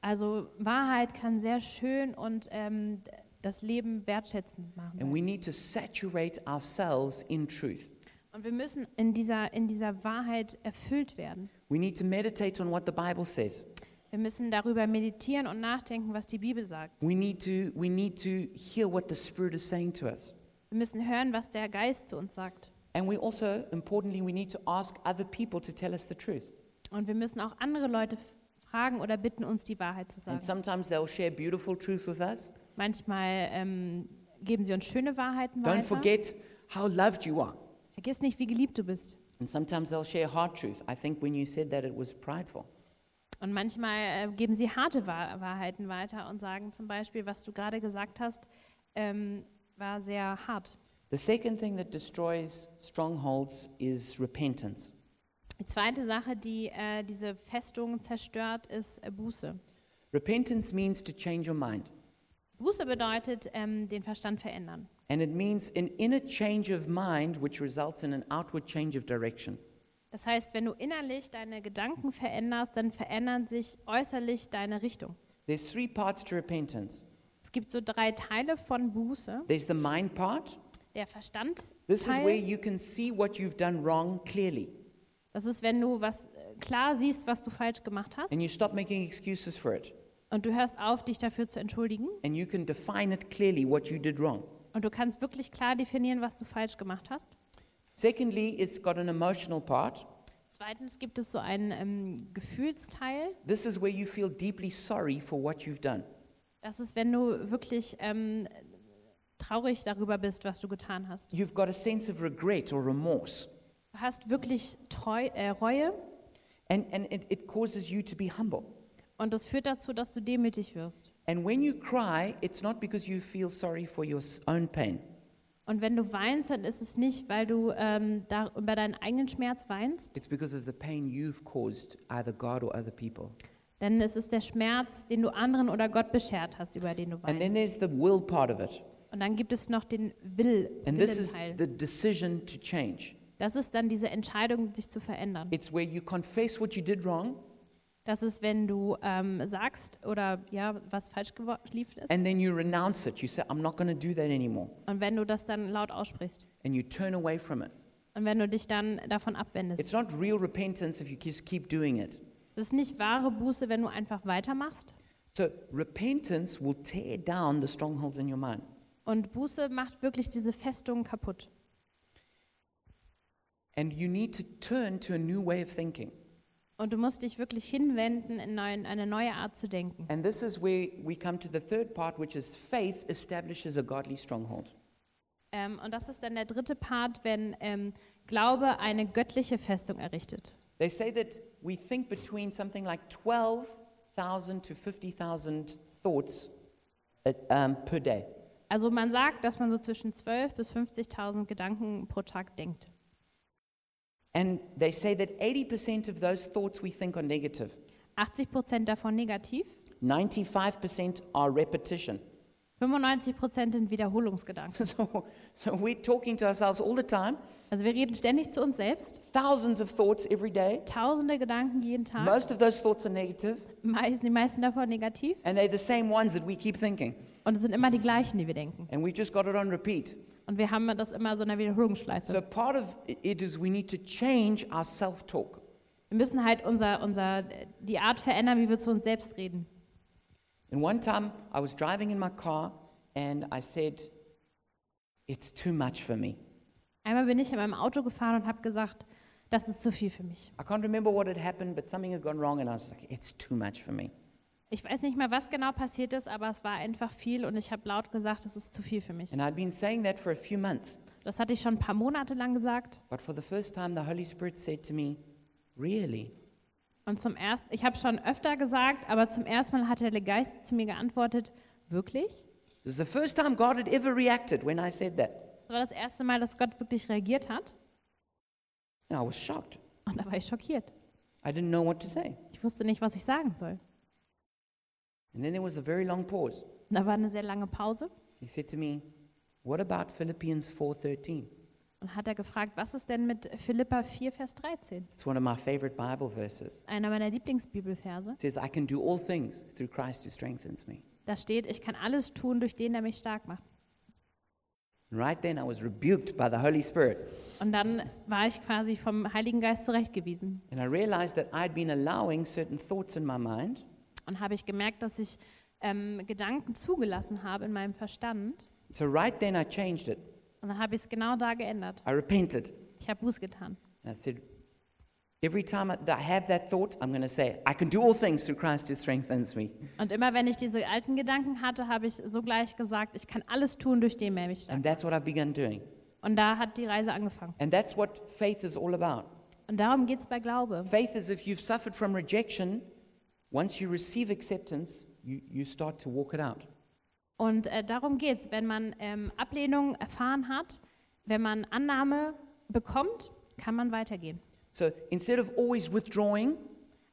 Speaker 2: Also Wahrheit kann sehr schön und ähm, d- das Leben wertschätzend machen.
Speaker 1: And we need to saturate ourselves in truth.
Speaker 2: Und wir müssen in dieser, in dieser Wahrheit erfüllt werden.
Speaker 1: We need to meditate on what the Bible says.
Speaker 2: Wir müssen darüber meditieren und nachdenken, was die Bibel sagt.
Speaker 1: We need to, we need to hear what the Spirit is saying to us.
Speaker 2: Wir müssen hören, was der Geist zu uns sagt.
Speaker 1: And we also, importantly, we need to ask other people to tell us the truth.
Speaker 2: Und wir müssen auch andere Leute f- fragen oder bitten, uns die Wahrheit zu
Speaker 1: And
Speaker 2: sagen.
Speaker 1: sometimes they'll share beautiful truth with us.
Speaker 2: Manchmal ähm, geben sie uns schöne Wahrheiten
Speaker 1: Don't
Speaker 2: weiter.
Speaker 1: forget how loved you are.
Speaker 2: Vergiss nicht, wie geliebt du bist.
Speaker 1: And sometimes they'll share hard truth. I think when you said that, it was prideful.
Speaker 2: Und manchmal äh, geben sie harte Wahr Wahrheiten weiter und sagen zum Beispiel, was du gerade gesagt hast, ähm, war sehr hart.
Speaker 1: The second thing that destroys strongholds is repentance.
Speaker 2: Die zweite Sache, die äh, diese Festung zerstört, ist äh, Buße.
Speaker 1: Repentance means to change your mind,
Speaker 2: Buße bedeutet, ähm, den Verstand verändern.
Speaker 1: and it means an inner change of mind which results in an outward change of direction.
Speaker 2: Das heißt, wenn du innerlich deine Gedanken veränderst, dann verändern sich äußerlich deine Richtung.
Speaker 1: There's three parts to repentance
Speaker 2: Es gibt so drei Teile von Buße.
Speaker 1: there's the mind part.
Speaker 2: Der Verstand,
Speaker 1: This is where
Speaker 2: Teil,
Speaker 1: you can see what you've done wrong clearly,
Speaker 2: das ist, wenn du was äh, klar siehst, was du falsch gemacht hast
Speaker 1: and you stop making excuses for it,
Speaker 2: und du hörst auf, dich dafür zu entschuldigen.
Speaker 1: and you can define it clearly what you did wrong.
Speaker 2: Und du kannst wirklich klar definieren, was du falsch gemacht hast.
Speaker 1: Secondly, it's got an emotional part.
Speaker 2: Zweitens gibt es so einen ähm, Gefühlsteil.
Speaker 1: This is where you feel deeply sorry for what you've done.
Speaker 2: Das ist, wenn du wirklich ähm, traurig darüber bist, was du getan hast.
Speaker 1: You've got a sense of regret or remorse,
Speaker 2: Du hast wirklich Treu, äh, Reue
Speaker 1: and, and it, it causes you to be humble.
Speaker 2: und das führt dazu, dass du demütig wirst.
Speaker 1: And when you cry, it's not because you feel sorry for your s- own pain.
Speaker 2: Und wenn du weinst, dann ist es nicht, weil du ähm, da, über deinen eigenen Schmerz weinst,
Speaker 1: It's because of the pain you've caused either God or other people.
Speaker 2: denn es ist der Schmerz, den du anderen oder Gott beschert hast, über den du
Speaker 1: And then
Speaker 2: weinst.
Speaker 1: there's the will part of it.
Speaker 2: Und dann gibt es noch den Will,
Speaker 1: And this is
Speaker 2: Willenteil.
Speaker 1: the decision to change.
Speaker 2: Das ist dann diese Entscheidung, sich zu verändern.
Speaker 1: It's where you confess what you did wrong
Speaker 2: Das ist, wenn du ähm, sagst oder ja, was falsch geliefen ist.
Speaker 1: and then you renounce it. You say, I'm not going to do that anymore.
Speaker 2: Und wenn du das dann laut aussprichst.
Speaker 1: And you turn away from it.
Speaker 2: Und wenn du dich dann davon abwendest.
Speaker 1: It's not real repentance if you just keep doing it.
Speaker 2: Es ist nicht wahre Buße, wenn du einfach weitermachst.
Speaker 1: So repentance will tear down the strongholds in your mind.
Speaker 2: Und Buße macht wirklich diese Festung kaputt.
Speaker 1: And you need to turn to a new way of thinking.
Speaker 2: Und du musst dich wirklich hinwenden in neuen, eine neue Art zu denken.
Speaker 1: And this is where we come to the third part, which is faith establishes a godly stronghold.
Speaker 2: Ähm, und das ist dann der dritte Part, wenn ähm, Glaube eine göttliche Festung errichtet.
Speaker 1: They say that we think between something like 12,000 to 50,000 thoughts uh, um, per day.
Speaker 2: Also man sagt, dass man so zwischen 12.000 bis 50.000 Gedanken pro Tag denkt.
Speaker 1: And they say that 80% of those thoughts we think are negative,
Speaker 2: 80 Prozent davon negativ,
Speaker 1: 95% are repetition.
Speaker 2: 95 Prozent sind Wiederholungsgedanken.
Speaker 1: so, so we're talking to ourselves all the time,
Speaker 2: Also wir reden ständig zu uns selbst,
Speaker 1: thousands of thoughts every day.
Speaker 2: tausende Gedanken jeden Tag,
Speaker 1: Most of those thoughts are negative,
Speaker 2: meist, die meisten davon negativ.
Speaker 1: and they're the same ones that we keep thinking.
Speaker 2: Und es sind immer die gleichen, die wir denken.
Speaker 1: And we just got it on repeat.
Speaker 2: Und wir haben das immer so in der Wiederholungsschleife.
Speaker 1: So part of it is we need to change our self-talk.
Speaker 2: Wir müssen halt unser, unser, die Art verändern, wie wir zu uns selbst reden.
Speaker 1: And one time I was driving in my car and I said, it's too much for me.
Speaker 2: Einmal bin ich in meinem Auto gefahren und habe gesagt, das ist zu viel für mich.
Speaker 1: I can't remember what had happened, but something had gone wrong and I was like, it's too much for me.
Speaker 2: Ich weiß nicht mehr, was genau passiert ist, aber es war einfach viel und ich habe laut gesagt, das ist zu viel für mich.
Speaker 1: And I'd been saying that for a few months.
Speaker 2: Das hatte ich schon ein paar Monate lang gesagt.
Speaker 1: But for the first time, the Holy Spirit said to me, really?
Speaker 2: Und zum ersten, ich habe schon öfter gesagt, aber zum ersten Mal hat der Geist zu mir geantwortet, wirklich?
Speaker 1: This is the first time God had ever reacted when I said that.
Speaker 2: Das war das erste Mal, dass Gott wirklich reagiert hat.
Speaker 1: Now, I was shocked.
Speaker 2: Und da war ich schockiert.
Speaker 1: I didn't know what to say.
Speaker 2: Ich wusste nicht, was ich sagen soll.
Speaker 1: And then there was a very long pause.
Speaker 2: Und da war eine sehr lange Pause.
Speaker 1: He said to me, "What about Philippians 4:13?"
Speaker 2: Und hat er gefragt, was ist denn mit Philippa 4, Vers 13?
Speaker 1: It's one of my favorite Bible verses.
Speaker 2: Einer meiner Lieblingsbibelverse.
Speaker 1: It says, "I can do all things through Christ who strengthens me."
Speaker 2: Da steht, ich kann alles tun durch den, der mich stark macht.
Speaker 1: And right then I was rebuked by the Holy Spirit,
Speaker 2: Und dann war ich quasi vom Heiligen Geist zurechtgewiesen.
Speaker 1: and I realized that I'd been allowing certain thoughts in my mind
Speaker 2: Und habe ich gemerkt, dass ich ähm, Gedanken zugelassen habe in meinem Verstand.
Speaker 1: So right then I changed it.
Speaker 2: Und dann habe ich es genau da geändert.
Speaker 1: I repented.
Speaker 2: Ich habe Buß getan.
Speaker 1: And I said, every time I- that I have that thought, I'm going to say, I can do all things through Christ who strengthens me.
Speaker 2: Und immer wenn ich diese alten Gedanken hatte, habe ich sogleich gesagt, ich kann alles tun durch den, der mich stark
Speaker 1: And that's what I've begun doing.
Speaker 2: macht. Und da hat die Reise angefangen.
Speaker 1: And that's what faith is all about.
Speaker 2: Und darum geht es bei Glaube.
Speaker 1: Faith is if you've suffered from rejection, once you receive acceptance, you, you start to walk it out.
Speaker 2: Und äh, darum geht es, wenn man ähm, Ablehnung erfahren hat, wenn man Annahme bekommt, kann man weitergehen.
Speaker 1: So instead of always withdrawing,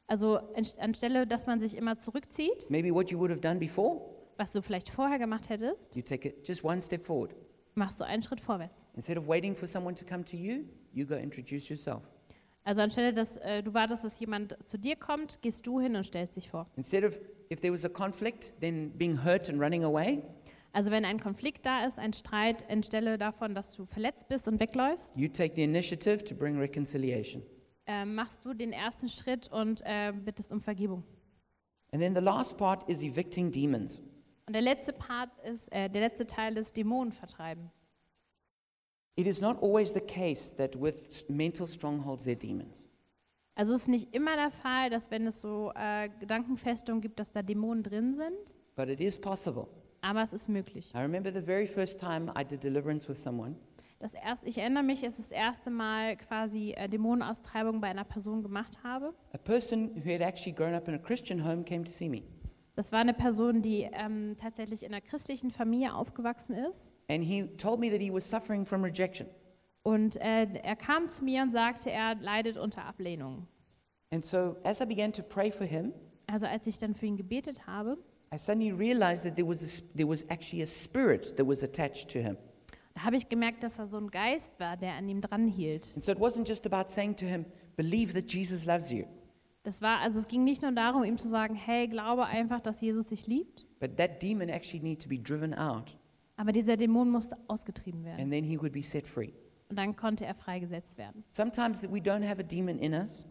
Speaker 2: Also anst- anstelle, dass man sich immer zurückzieht,
Speaker 1: maybe what you would have done before,
Speaker 2: was du vielleicht vorher gemacht hättest,
Speaker 1: you take it just one step forward.
Speaker 2: machst du einen Schritt vorwärts.
Speaker 1: Instead of waiting for someone to come to you, you go introduce yourself.
Speaker 2: Also anstelle, dass äh, du wartest, dass jemand zu dir kommt, gehst du hin und stellst dich vor.
Speaker 1: Instead of if there was a conflict, then being hurt and running away,
Speaker 2: Also wenn ein Konflikt da ist, ein Streit, anstelle davon, dass du verletzt bist und wegläufst,
Speaker 1: you take the initiative to bring reconciliation.
Speaker 2: äh, machst du den ersten Schritt und äh, bittest um Vergebung.
Speaker 1: And then the last part is evicting demons.
Speaker 2: Und der letzte Part ist, äh, der letzte Teil ist Dämonen vertreiben.
Speaker 1: It is not always the case that with s- mental strongholds they're demons.
Speaker 2: Also es ist nicht immer der Fall, dass wenn es so äh, Gedankenfestungen gibt, dass da Dämonen drin sind,
Speaker 1: But it is possible.
Speaker 2: aber es ist möglich.
Speaker 1: I remember the very first time I did deliverance with someone,
Speaker 2: Das erst, ich erinnere mich, es ist das erste Mal quasi äh, Dämonenaustreibung bei einer Person gemacht habe.
Speaker 1: a person who had actually grown up in a Christian home came to see me.
Speaker 2: Das war eine Person, die ähm, tatsächlich in einer christlichen Familie aufgewachsen ist.
Speaker 1: And he told me that he was suffering from rejection.
Speaker 2: Und äh, er kam zu mir und sagte, er leidet unter Ablehnung.
Speaker 1: And so as I began to pray for him,
Speaker 2: Also als ich dann für ihn gebetet habe,
Speaker 1: I suddenly realized that there was, a, sp- there was actually a spirit that was attached to him.
Speaker 2: da habe ich gemerkt, dass da so ein Geist war, der an ihm dran hielt.
Speaker 1: And so it wasn't just about saying to him, believe that Jesus loves you,
Speaker 2: Das war, also es ging nicht nur darum, ihm zu sagen, hey, glaube einfach, dass Jesus dich liebt,
Speaker 1: but that demon actually needed to be driven out,
Speaker 2: aber dieser Dämon musste ausgetrieben werden.
Speaker 1: and then he would be set free.
Speaker 2: Und dann konnte er freigesetzt werden.
Speaker 1: Sometimes that we don't have a demon in us,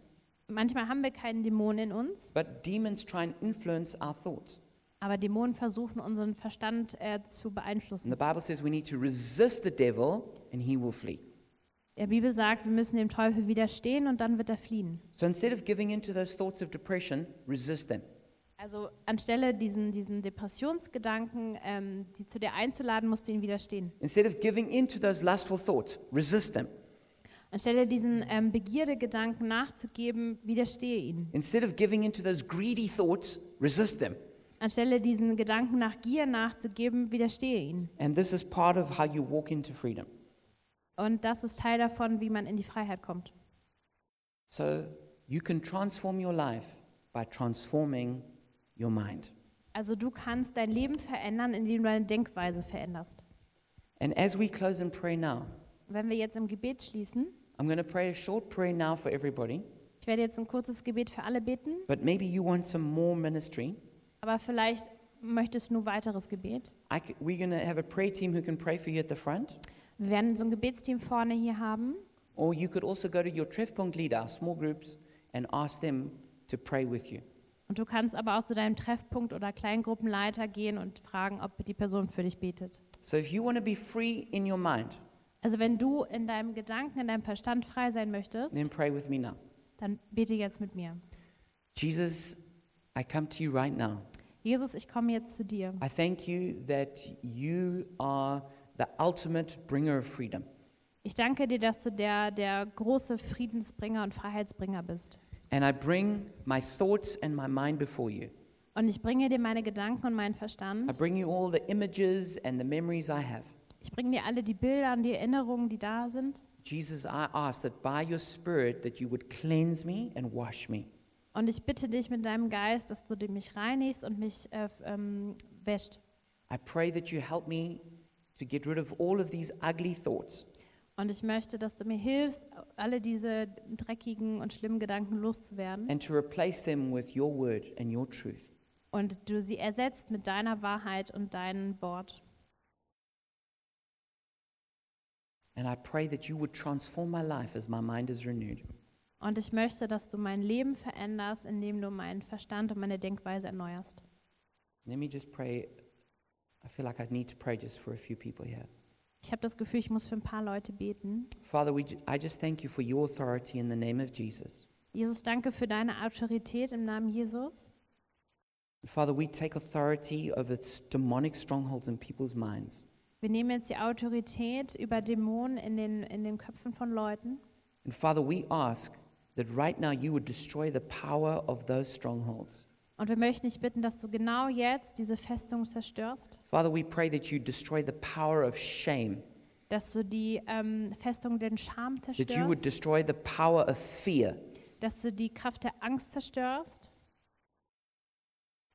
Speaker 2: Manchmal haben wir keinen Dämon in uns,
Speaker 1: but demons try and influence our thoughts.
Speaker 2: Aber Dämonen versuchen, unseren Verstand äh, zu
Speaker 1: And
Speaker 2: beeinflussen.
Speaker 1: the Bible says we need to resist the devil, and he will flee.
Speaker 2: Der Bibel sagt, wir müssen dem Teufel widerstehen und dann wird er fliehen.
Speaker 1: So instead of giving in to those thoughts of depression, resist them.
Speaker 2: Also anstelle diesen, diesen Depressionsgedanken, ähm, die zu dir einzuladen, musst du ihn widerstehen.
Speaker 1: Instead of giving in to those lustful thoughts, resist them.
Speaker 2: Anstelle diesen ähm, Begierdegedanken nachzugeben, widerstehe ihn.
Speaker 1: Instead of giving in to those greedy thoughts, resist them.
Speaker 2: Anstelle diesen Gedanken nach Gier nachzugeben, widerstehe ihn.
Speaker 1: And this is part of how you walk into freedom.
Speaker 2: Und das ist Teil davon, wie man in die Freiheit kommt.
Speaker 1: So you can transform your life by transforming your mind.
Speaker 2: Also du kannst dein Leben verändern, indem du deine Denkweise veränderst.
Speaker 1: And as we close in prayer now,
Speaker 2: Wenn wir jetzt im Gebet schließen,
Speaker 1: I'm going to pray a short prayer now for everybody,
Speaker 2: Ich werde jetzt ein kurzes Gebet für alle beten,
Speaker 1: but maybe you want some more ministry.
Speaker 2: aber vielleicht möchtest du weiteres Gebet.
Speaker 1: I c- we're going to have a prayer team who can pray for you at the front,
Speaker 2: Wir werden so ein Gebetsteam vorne hier haben.
Speaker 1: or you could also go to your Treffpunkt leader, our small groups, and ask them to pray with you.
Speaker 2: Und du kannst aber auch zu deinem Treffpunkt oder Kleingruppenleiter gehen und fragen, ob die Person für dich betet.
Speaker 1: So if you want to be free in your mind,
Speaker 2: Also wenn du in deinem Gedanken, in deinem Verstand frei sein möchtest,
Speaker 1: then pray with me now.
Speaker 2: dann bete jetzt mit mir.
Speaker 1: Jesus, I come to you right now.
Speaker 2: Jesus, ich komme jetzt zu dir.
Speaker 1: I thank you that you are the ultimate bringer of freedom.
Speaker 2: Ich danke dir, dass du der, der große Friedensbringer und Freiheitsbringer bist.
Speaker 1: And I bring my thoughts and my mind before you.
Speaker 2: Und ich bringe dir meine Gedanken und meinen Verstand.
Speaker 1: I bring you all the images and the memories I have.
Speaker 2: Ich bringe dir alle die Bilder und die Erinnerungen, die da sind.
Speaker 1: Jesus, I ask that by your Spirit that you would cleanse me and wash me.
Speaker 2: Und ich bitte dich mit deinem Geist, dass du mich reinigst und mich äh, f- ähm, wäscht.
Speaker 1: I pray that you help me to get rid of all of these ugly thoughts.
Speaker 2: Und ich möchte, dass du mir hilfst, alle diese dreckigen und schlimmen Gedanken loszuwerden.
Speaker 1: and to replace them with your word and your truth.
Speaker 2: Und du sie ersetzt mit deiner Wahrheit und deinem Wort.
Speaker 1: And I pray that you would transform my life as my mind is renewed.
Speaker 2: Und ich möchte, dass du mein Leben veränderst, indem du meinen Verstand und meine Denkweise erneuerst.
Speaker 1: Let me just pray. I feel like I need to pray just for a few people here.
Speaker 2: Ich habe das Gefühl, ich muss für ein paar Leute beten.
Speaker 1: Father, we, ju- I just thank you for your authority in the name of Jesus.
Speaker 2: Jesus, danke für deine Autorität im Namen Jesus.
Speaker 1: Father, we take authority over s- demonic strongholds in people's minds.
Speaker 2: Wir nehmen jetzt die Autorität über Dämonen in den, in den Köpfen von Leuten.
Speaker 1: And Father, we ask that right now you would destroy the power of those strongholds.
Speaker 2: Und wir möchten dich bitten, dass du genau jetzt diese Festung zerstörst,
Speaker 1: Father, we pray that you destroy the power of shame,
Speaker 2: dass du die ähm, Festung den Scham
Speaker 1: that you would
Speaker 2: zerstörst,
Speaker 1: destroy the power of fear.
Speaker 2: dass du die Kraft der Angst zerstörst,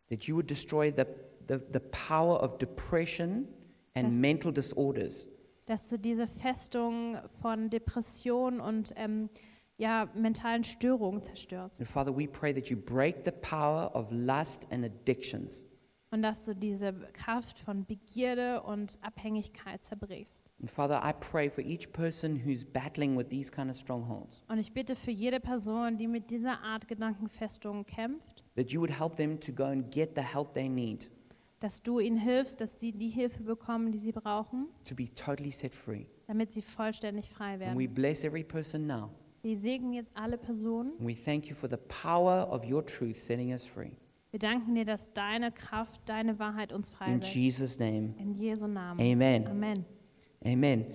Speaker 1: that you would destroy the, the, the power of depression and
Speaker 2: Yes.
Speaker 1: mental disorders.
Speaker 2: dass du diese Festung von Depression und ähm, ja, mentalen Störungen zerstörst
Speaker 1: And Father, we pray that you break the power of lust and addictions.
Speaker 2: und dass du diese Kraft von Begierde und Abhängigkeit zerbrichst.
Speaker 1: And Father, I pray for each person who's battling with these kind of strongholds
Speaker 2: Und ich bitte für jede Person, die mit dieser Art Gedankenfestung kämpft,
Speaker 1: that you would help them to go and get the help they need
Speaker 2: dass du ihnen hilfst, dass sie die Hilfe bekommen, die sie brauchen,
Speaker 1: to be totally set free.
Speaker 2: damit sie vollständig frei
Speaker 1: And we
Speaker 2: werden.
Speaker 1: bless every person now.
Speaker 2: Wir segnen jetzt alle Personen.
Speaker 1: And we thank you for the power of your truth setting us free.
Speaker 2: Wir danken dir, dass deine Kraft, deine Wahrheit uns
Speaker 1: In
Speaker 2: freisetzt.
Speaker 1: Jesus' name,
Speaker 2: In Jesu Namen.
Speaker 1: amen.
Speaker 2: Amen.
Speaker 1: Amen.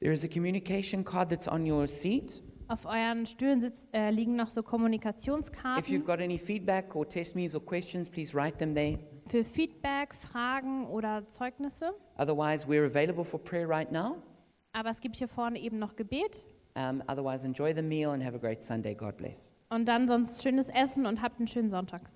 Speaker 1: There is a communication card that's on your seat.
Speaker 2: Auf euren Stühlen sitz, äh, liegen noch so
Speaker 1: If you've
Speaker 2: Kommunikationskarten.
Speaker 1: got any feedback or testimonies or questions, please write them there.
Speaker 2: Für Feedback, Fragen oder Zeugnisse.
Speaker 1: Otherwise, we're available for prayer right now.
Speaker 2: Aber es gibt hier vorne eben noch Gebet.
Speaker 1: Um, otherwise, enjoy the meal and have a great Sunday. God bless.
Speaker 2: Und dann sonst schönes Essen und habt einen schönen Sonntag.